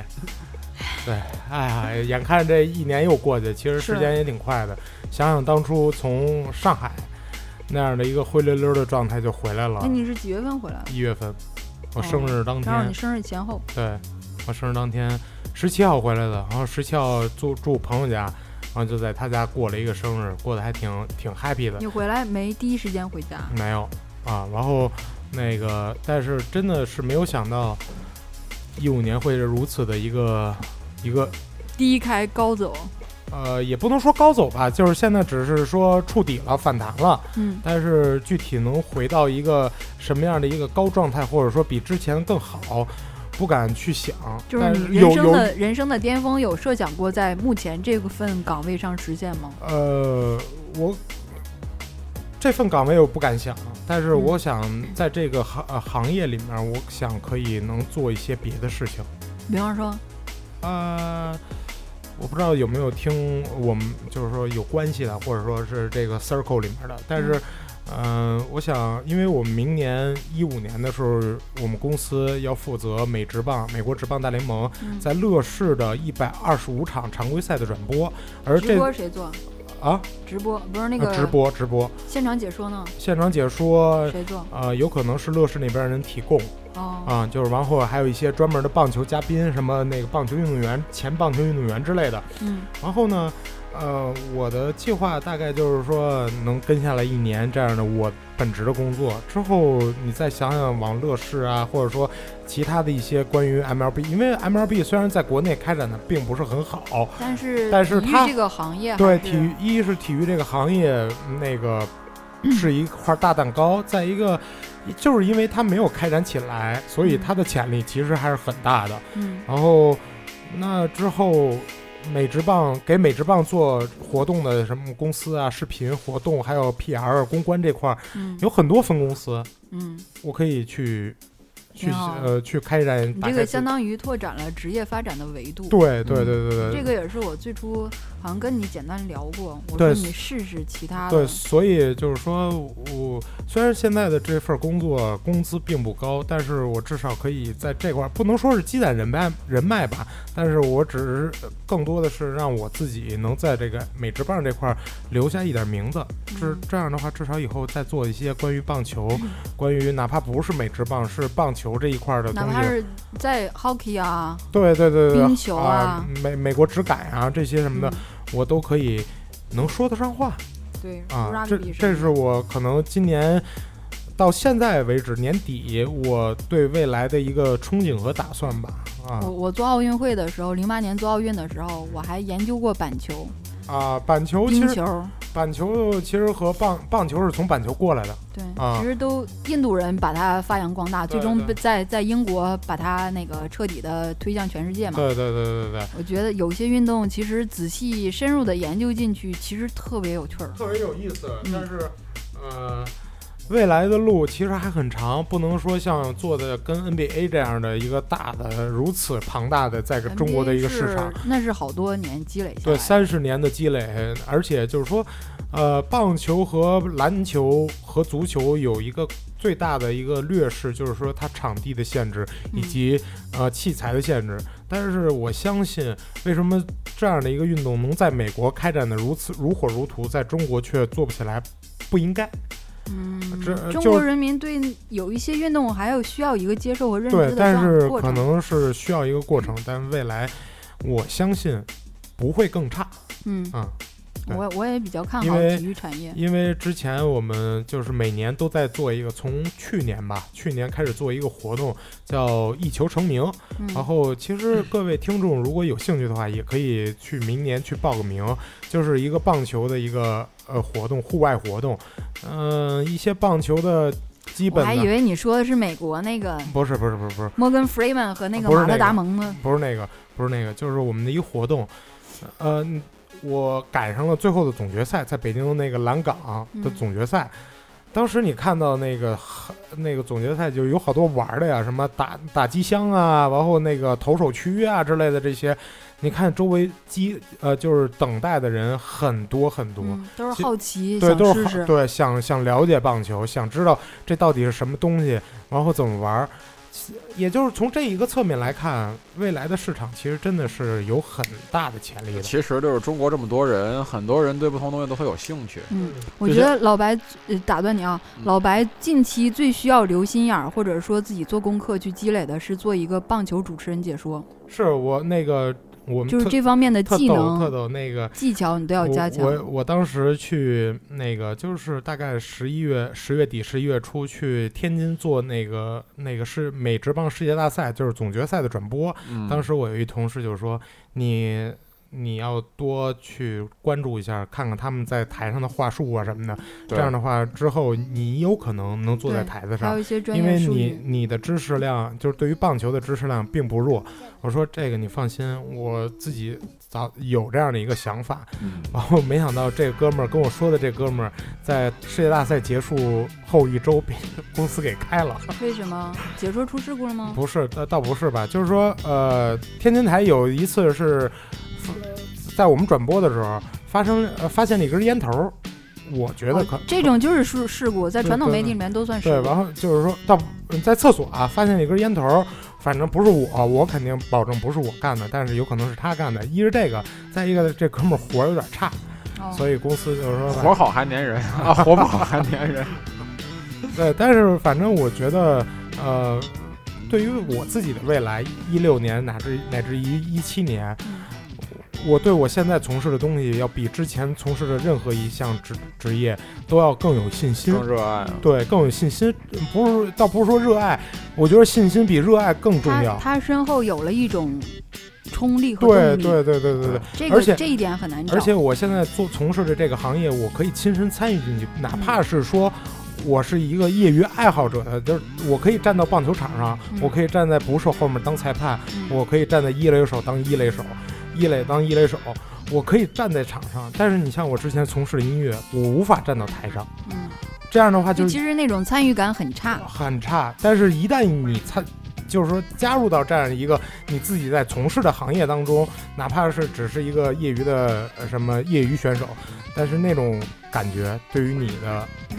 C: 对，哎呀，眼看这一年又过去，其实时
A: 是
C: 间也挺快的。想想当初从上海那样的一个灰溜溜的状态就回来了
A: 那，哎你是几月份回来的？
C: 一月份，我生日当
A: 正好
C: 天
A: 你，生日前后。
C: 对，我生日当天十七号回来的，然后十七号住住朋友家，然后就在他家过了一个生日，过得还挺挺 happy 的
A: 你。回来没第一时间回家？
C: 没有啊，然后那个，但是真的是没有想到，一五年会是如此的一个一个
A: 低开高走。
C: 呃，也不能说高走吧，就是现在只是说触底了，反弹了，
A: 嗯，
C: 但是具体能回到一个什么样的一个高状态，或者说比之前更好，不敢去想。
A: 就是
C: 但
A: 你人
C: 有
A: 生
C: 有
A: 的人生的巅峰，有设想过在目前这份岗位上实现吗？
C: 呃，我这份岗位我不敢想，但是
A: 嗯
C: 我想在这个行、呃行业里面，我想可以能做一些别的事情。
A: 比方说，
C: 呃，我不知道有没有听我们就是说有关系的，或者说是这个 circle 里面的，但是。嗯、我想，因为我们明年一五年的时候，我们公司要负责美职棒美国职棒大联盟
A: 嗯，
C: 在乐视的一百二十五场常规赛的转播，而
A: 直
C: 这
A: 播谁做？
C: 啊
A: 直播不是那个
C: 直播直播
A: 现场解说呢？
C: 现场解说，
A: 谁做？
C: 呃，有可能是乐视那边人提供
A: 哦，
C: 啊、就是完后还有一些专门的棒球嘉宾，什么那个棒球运动员、前棒球运动员之类的。
A: 嗯，
C: 然后呢，呃，我的计划大概就是说能跟下来一年这样的我本职的工作之后，你再想想往乐视啊，或者说其他的一些关于 MLB，因为 MLB 虽然在国内开展的并不是很好，
A: 但是
C: 但是
A: 体育
C: 他
A: 这个行业
C: 对
A: 还是
C: 体育，一是体育这个行业那个是一块大蛋糕，再一个就是因为它没有开展起来，所以它的潜力其实还是很大的。
A: 嗯
C: 然后那之后美职棒给美职棒做活动的什么公司啊、视频活动，还有 PR 公关这块儿，
A: 嗯
C: 有很多分公司，
A: 嗯，
C: 我可以去去
A: 挺好
C: 呃去开展
A: 你
C: 打
A: 这
C: 开
A: 个
C: 自
A: 相当于拓展了职业发展的维度。
C: 对对对对对，
A: 嗯这个也是我最初好像跟你简单聊过，我说
C: 对
A: 你试试其他的
C: 对，，所以就是说我虽然现在的这份工作工资并不高，但是我至少可以在这块儿不能说是积攒人脉人脉吧，但是我只是更多的是让我自己能在这个美职棒这块儿留下一点名字，这
A: 嗯
C: 这样的话，至少以后再做一些关于棒球
A: 嗯、
C: 关于哪怕不是美职棒，是棒球这一块儿的
A: 哪
C: 东
A: 怕
C: 西，
A: 是在 hockey 啊、
C: 对对对对，
A: 冰球
C: 啊
A: 啊，
C: 美美国职改啊这些什么的，
A: 嗯
C: 我都可以能说得上话。
A: 对
C: 啊，这
A: rugby 什
C: 这
A: 么
C: 是我可能今年到现在为止年底我对未来的一个憧憬和打算吧。啊
A: 我我做奥运会的时候，零八年做奥运的时候，我还研究过板球、
C: 啊，板球其
A: 冰
C: 实
A: 球，
C: 板球其实和棒棒球是从板球过来的，
A: 对，
C: 啊
A: 其实都印度人把它发扬光大，
C: 对
A: 最终
C: 对
A: 在在英国把它那个彻底的推向全世界嘛。
C: 对对对对对，
A: 我觉得有些运动其实仔细深入的研究进去，其实特别有趣儿。
C: 特别有意思。
A: 嗯
C: 但是，呃，未来的路其实还很长，不能说像做的跟 NBA 这样的一个大的如此庞大的在中国的一个
A: NBA
C: 市场。
A: 是，那是好多年积累下来
C: 对
A: 的。
C: 三十年的积累，而且就是说，呃，棒球和篮球和足球有一个最大的一个劣势，就是说它场地的限制
A: 嗯
C: 以及、呃器材的限制。但是我相信，为什么这样的一个运动能在美国开展的如此如火如荼，在中国却做不起来？不应该，
A: 嗯，
C: 这呃
A: 中
C: 就
A: 国人民对有一些运动还有需要一个接受和认知
C: 对
A: 的，这
C: 但
A: 样
C: 是
A: 的过
C: 可
A: 程。
C: 能是需要一个过程，但未来我相信不会更差
A: 嗯，
C: 啊。对
A: 我我也比较看
C: 因
A: 好
C: 为
A: 体育产业。
C: 因为之前我们就是每年都在做一个，从去年吧，去年开始做一个活动，叫“一球成名”。
A: 嗯，
C: 然后，其实各位听众如果有兴趣的话，也可以去明年去报个名，就是一个棒球的一个呃活动，户外活动。嗯、一些棒球的基
A: 我
C: 本
A: 还以
C: 的，
A: 为你说的是美国那个
C: 不是不是不是不是
A: 摩根弗里曼和那个
C: 啊不
A: 马
C: 是
A: 特
C: 那个
A: 达蒙的。
C: 不是那个不是那个，就是我们的一个活动。呃，我赶上了最后的总决赛，在北京那个蓝港的
A: 嗯
C: 总决赛。当时你看到那个那个总决赛，就有好多玩儿的呀，什么打打机箱啊，然后那个投手区啊之类的这些，你看周围机呃就是等待的人很多很多，
A: 嗯，都
C: 其
A: 是好奇，
C: 对，
A: 想
C: 都是
A: 试
C: 好
A: 试。
C: 对想想了解棒球，想知道这到底是什么东西，然后怎么玩儿。也就是从这一个侧面来看，未来的市场其实真的是有很大的潜力 的。
B: 其实就是中国这么多人，很多人对不同东西都会有兴趣。
A: 嗯，我
C: 就
A: 觉
C: 像
A: 得老白，呃，打断你啊，
B: 嗯
A: 老白近期最需要留心眼儿，或者说自己做功课去积累的是做一个棒球主持人解说，
C: 是我那个我们
A: 就是
C: 嗯特
A: 这方面的
C: 特
A: 技
C: 逗特
A: 能、
C: 逗那个。
A: 技巧你都要
C: 我
A: 加强。
C: 我我当时去那个，就是大概十一月十月底十一月初去天津做那个那个是美职棒世界大赛，就是总决赛的转播。
B: 嗯，
C: 当时我有一同事就说：“你你要多去关注一下，看看他们在台上的话术啊什么的。这
B: 对
C: 样的话，之后你有可能能坐在台子
A: 还
C: 上
A: 有，一些专
C: 因
A: 业
C: 为
A: 术
C: 你
A: 语，
C: 你的知识量就是对于棒球的知识量并不弱。”我说：“这个你放心，我自己早有这样的一个想法。”
B: 嗯
C: 然后没想到这哥们儿跟我说的这哥们儿，在世界大赛结束后一周被公司给开了。
A: 为什么解说出事故了吗？
C: 不是，倒倒不是吧，就是说，呃，天津台有一次是在我们转播的时候发生，呃，发现了一根烟头儿，我觉得可、
A: 哦这种就是事事故，在
C: 对
A: 传统
C: 对
A: 媒体
C: 对
A: 里面都算事
C: 对，
A: 故。
C: 然后就是说到在厕所啊发现了一根烟头儿，反正不是我，我肯定保证不是我干的，但是有可能是他干的。一是这个，再一个这哥们儿活儿有点差，
A: 哦
C: 所以公司就是说
B: 活好还粘人啊，活不好还粘人。
C: 对，但是反正我觉得，呃，对于我自己的未来，一六年乃至乃至于一七年，
A: 嗯
C: 我对我现在从事的东西，要比之前从事的任何一项职职业都要更有信心
B: 更。热爱了，
C: 对，更有信心，不是倒不是说热爱，我觉得信心比热爱更重
A: 他
C: 要。
A: 他身后有了一种冲力和
C: 对
A: 动力，
C: 对对对对对，
A: 这
C: 而且
A: 个这一点很难找
C: 而。且我现在做从事的这个行业，我可以亲身参与进去，哪怕是说我是一个业余爱好者，就是我可以站到棒球场上
A: 嗯，
C: 我可以站在捕手后面当裁判，
A: 嗯
C: 我可以站在一垒手当一垒手，一垒当一垒手，我可以站在场上，但是你像我之前从事的音乐，我无法站到台上，
A: 嗯，
C: 这样的话就
A: 就其实那种参与感很差。
C: 很差。但是，一旦你参，就是说加入到这样一个你自己在从事的行业当中，哪怕是只是一个业余的呃什么业余选手，但是那种感觉对于你的
A: 嗯，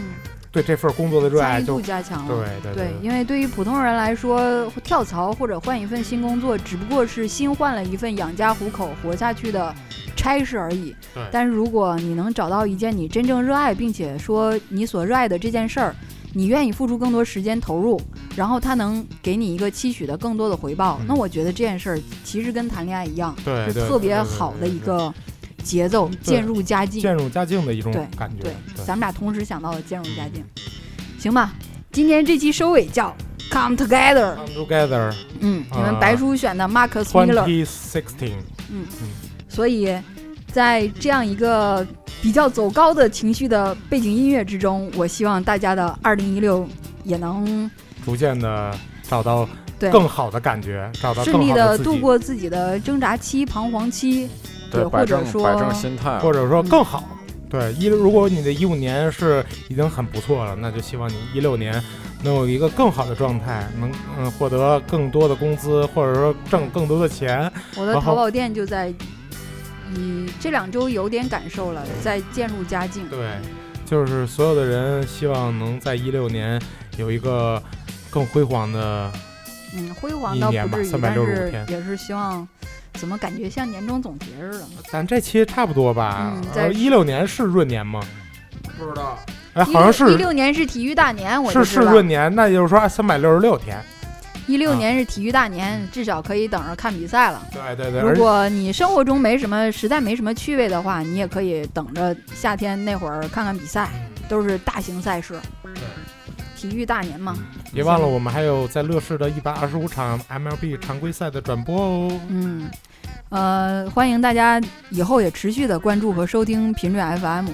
C: 对这份工作的热爱
A: 参与
C: 就
A: 度加强
C: 对
A: 了。
C: 对
A: 对，因为对于普通人来说，跳槽或者换一份新工作，只不过是新换了一份养家糊口、活下去的差事而已
C: 对。
A: 但是如果你能找到一件你真正热爱，并且说你所热爱的这件事儿，你愿意付出更多时间投入，然后它能给你一个期许的更多的回报，
C: 嗯
A: 那我觉得这件事儿其实跟谈恋爱一样，
C: 对
A: 是
C: 对
A: 特别好的一个节奏，渐入佳境。
C: 渐入佳境的一种
A: 对
C: 感觉。
A: 对
C: 对，
A: 咱们俩同时想到了渐入佳境，行吧？今天这期收尾叫 Come Together，
C: Come together
A: 嗯，
C: 啊
A: 你们白叔选的 Marcus Miller，
C: twenty sixteen，
A: 所以在这样一个比较走高的情绪的背景音乐之中，我希望大家的2016也能
C: 逐渐的找到
A: 对
C: 更好的感觉，找到
A: 顺
C: 更
A: 利
C: 好
A: 的
C: 自
A: 度
C: 己，
A: 过自己的挣扎期、彷徨期，对
B: 对，
A: 或
B: 摆
A: 者
B: 正
A: 说
B: 摆正心态，啊
C: 或者说
A: 嗯
C: 更好。对一，如果你的一五年是已经很不错了，那就希望你一六年能有一个更好的状态，能嗯获得更多的工资，或者说挣更多的钱。
A: 我的
C: 然后
A: 淘宝店就在以这两周有点感受了，在渐入佳境。
C: 对，就是所有的人希望能在一六年有一个更辉煌的
A: 嗯，辉煌
C: 一
A: 倒
C: 年
A: 不
C: 吧
A: 至于，
C: 365
A: 但是
C: 天
A: 也是希望，怎么感觉像年终总结似的？
C: 咱这期差不多吧
A: 嗯？在
C: 呃，一六年是闰年吗？
B: 不知道
C: 哎，好像
A: 一
C: 是
A: 六年是体育大年，我就是知
C: 是
A: 道。
C: 闰年，那就是说三百六十六天。
A: 一六
C: 啊
A: 年是体育大年，至少可以等着看比赛了。
C: 对对对，
A: 如
C: 而且
A: 果你生活中没什么，实在没什么趣味的话，你也可以等着夏天那会儿看看比赛，都是大型赛事。体育大年嘛，
C: 别忘了我们还有在乐视的一百二十五场 MLB 常规赛的转播哦。
A: 嗯，呃，欢迎大家以后也持续的关注和收听频率 FM。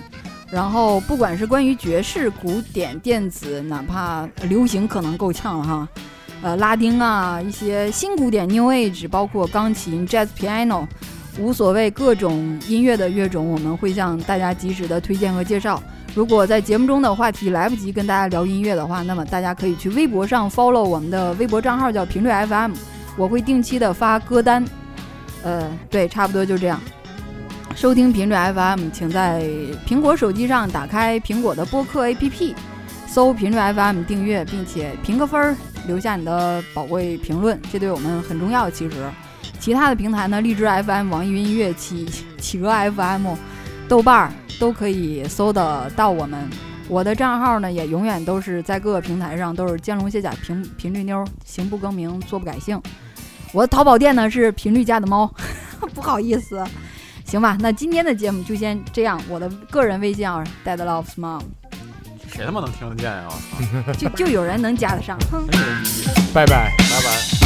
A: 然后，不管是关于爵士、古典、电子，哪怕流行可能够呛了哈，呃，拉丁啊，一些新古典 New Age，包括钢琴、Jazz、Piano，无所谓各种音乐的乐种，我们会向大家及时的推荐和介绍。如果在节目中的话题来不及跟大家聊音乐的话，那么大家可以去微博上 follow 我们的微博账号叫频率 FM，我会定期的发歌单。呃，对，差不多就这样。收听频率 FM，请在苹果手机上打开苹果的播客 APP，搜频率 FM 订阅，并且评个分儿，留下你的宝贵评论，这对我们很重要。其实，其他的平台呢，荔枝 FM、网易云音乐、企企鹅 FM、豆瓣儿都可以搜得到我们。我的账号呢，也永远都是在各个平台上都是见龙卸甲频频率妞儿，行不更名，坐不改姓。我的淘宝店呢是频率家的猫， 不好意思。行吧，那今天的节目就先这样。我的个人微信啊，dead love smile，
B: 谁他妈能听得见呀？我操，啊
A: 就就有人能加得上。哼
B: 真是有意义
C: 拜拜。
B: 拜拜。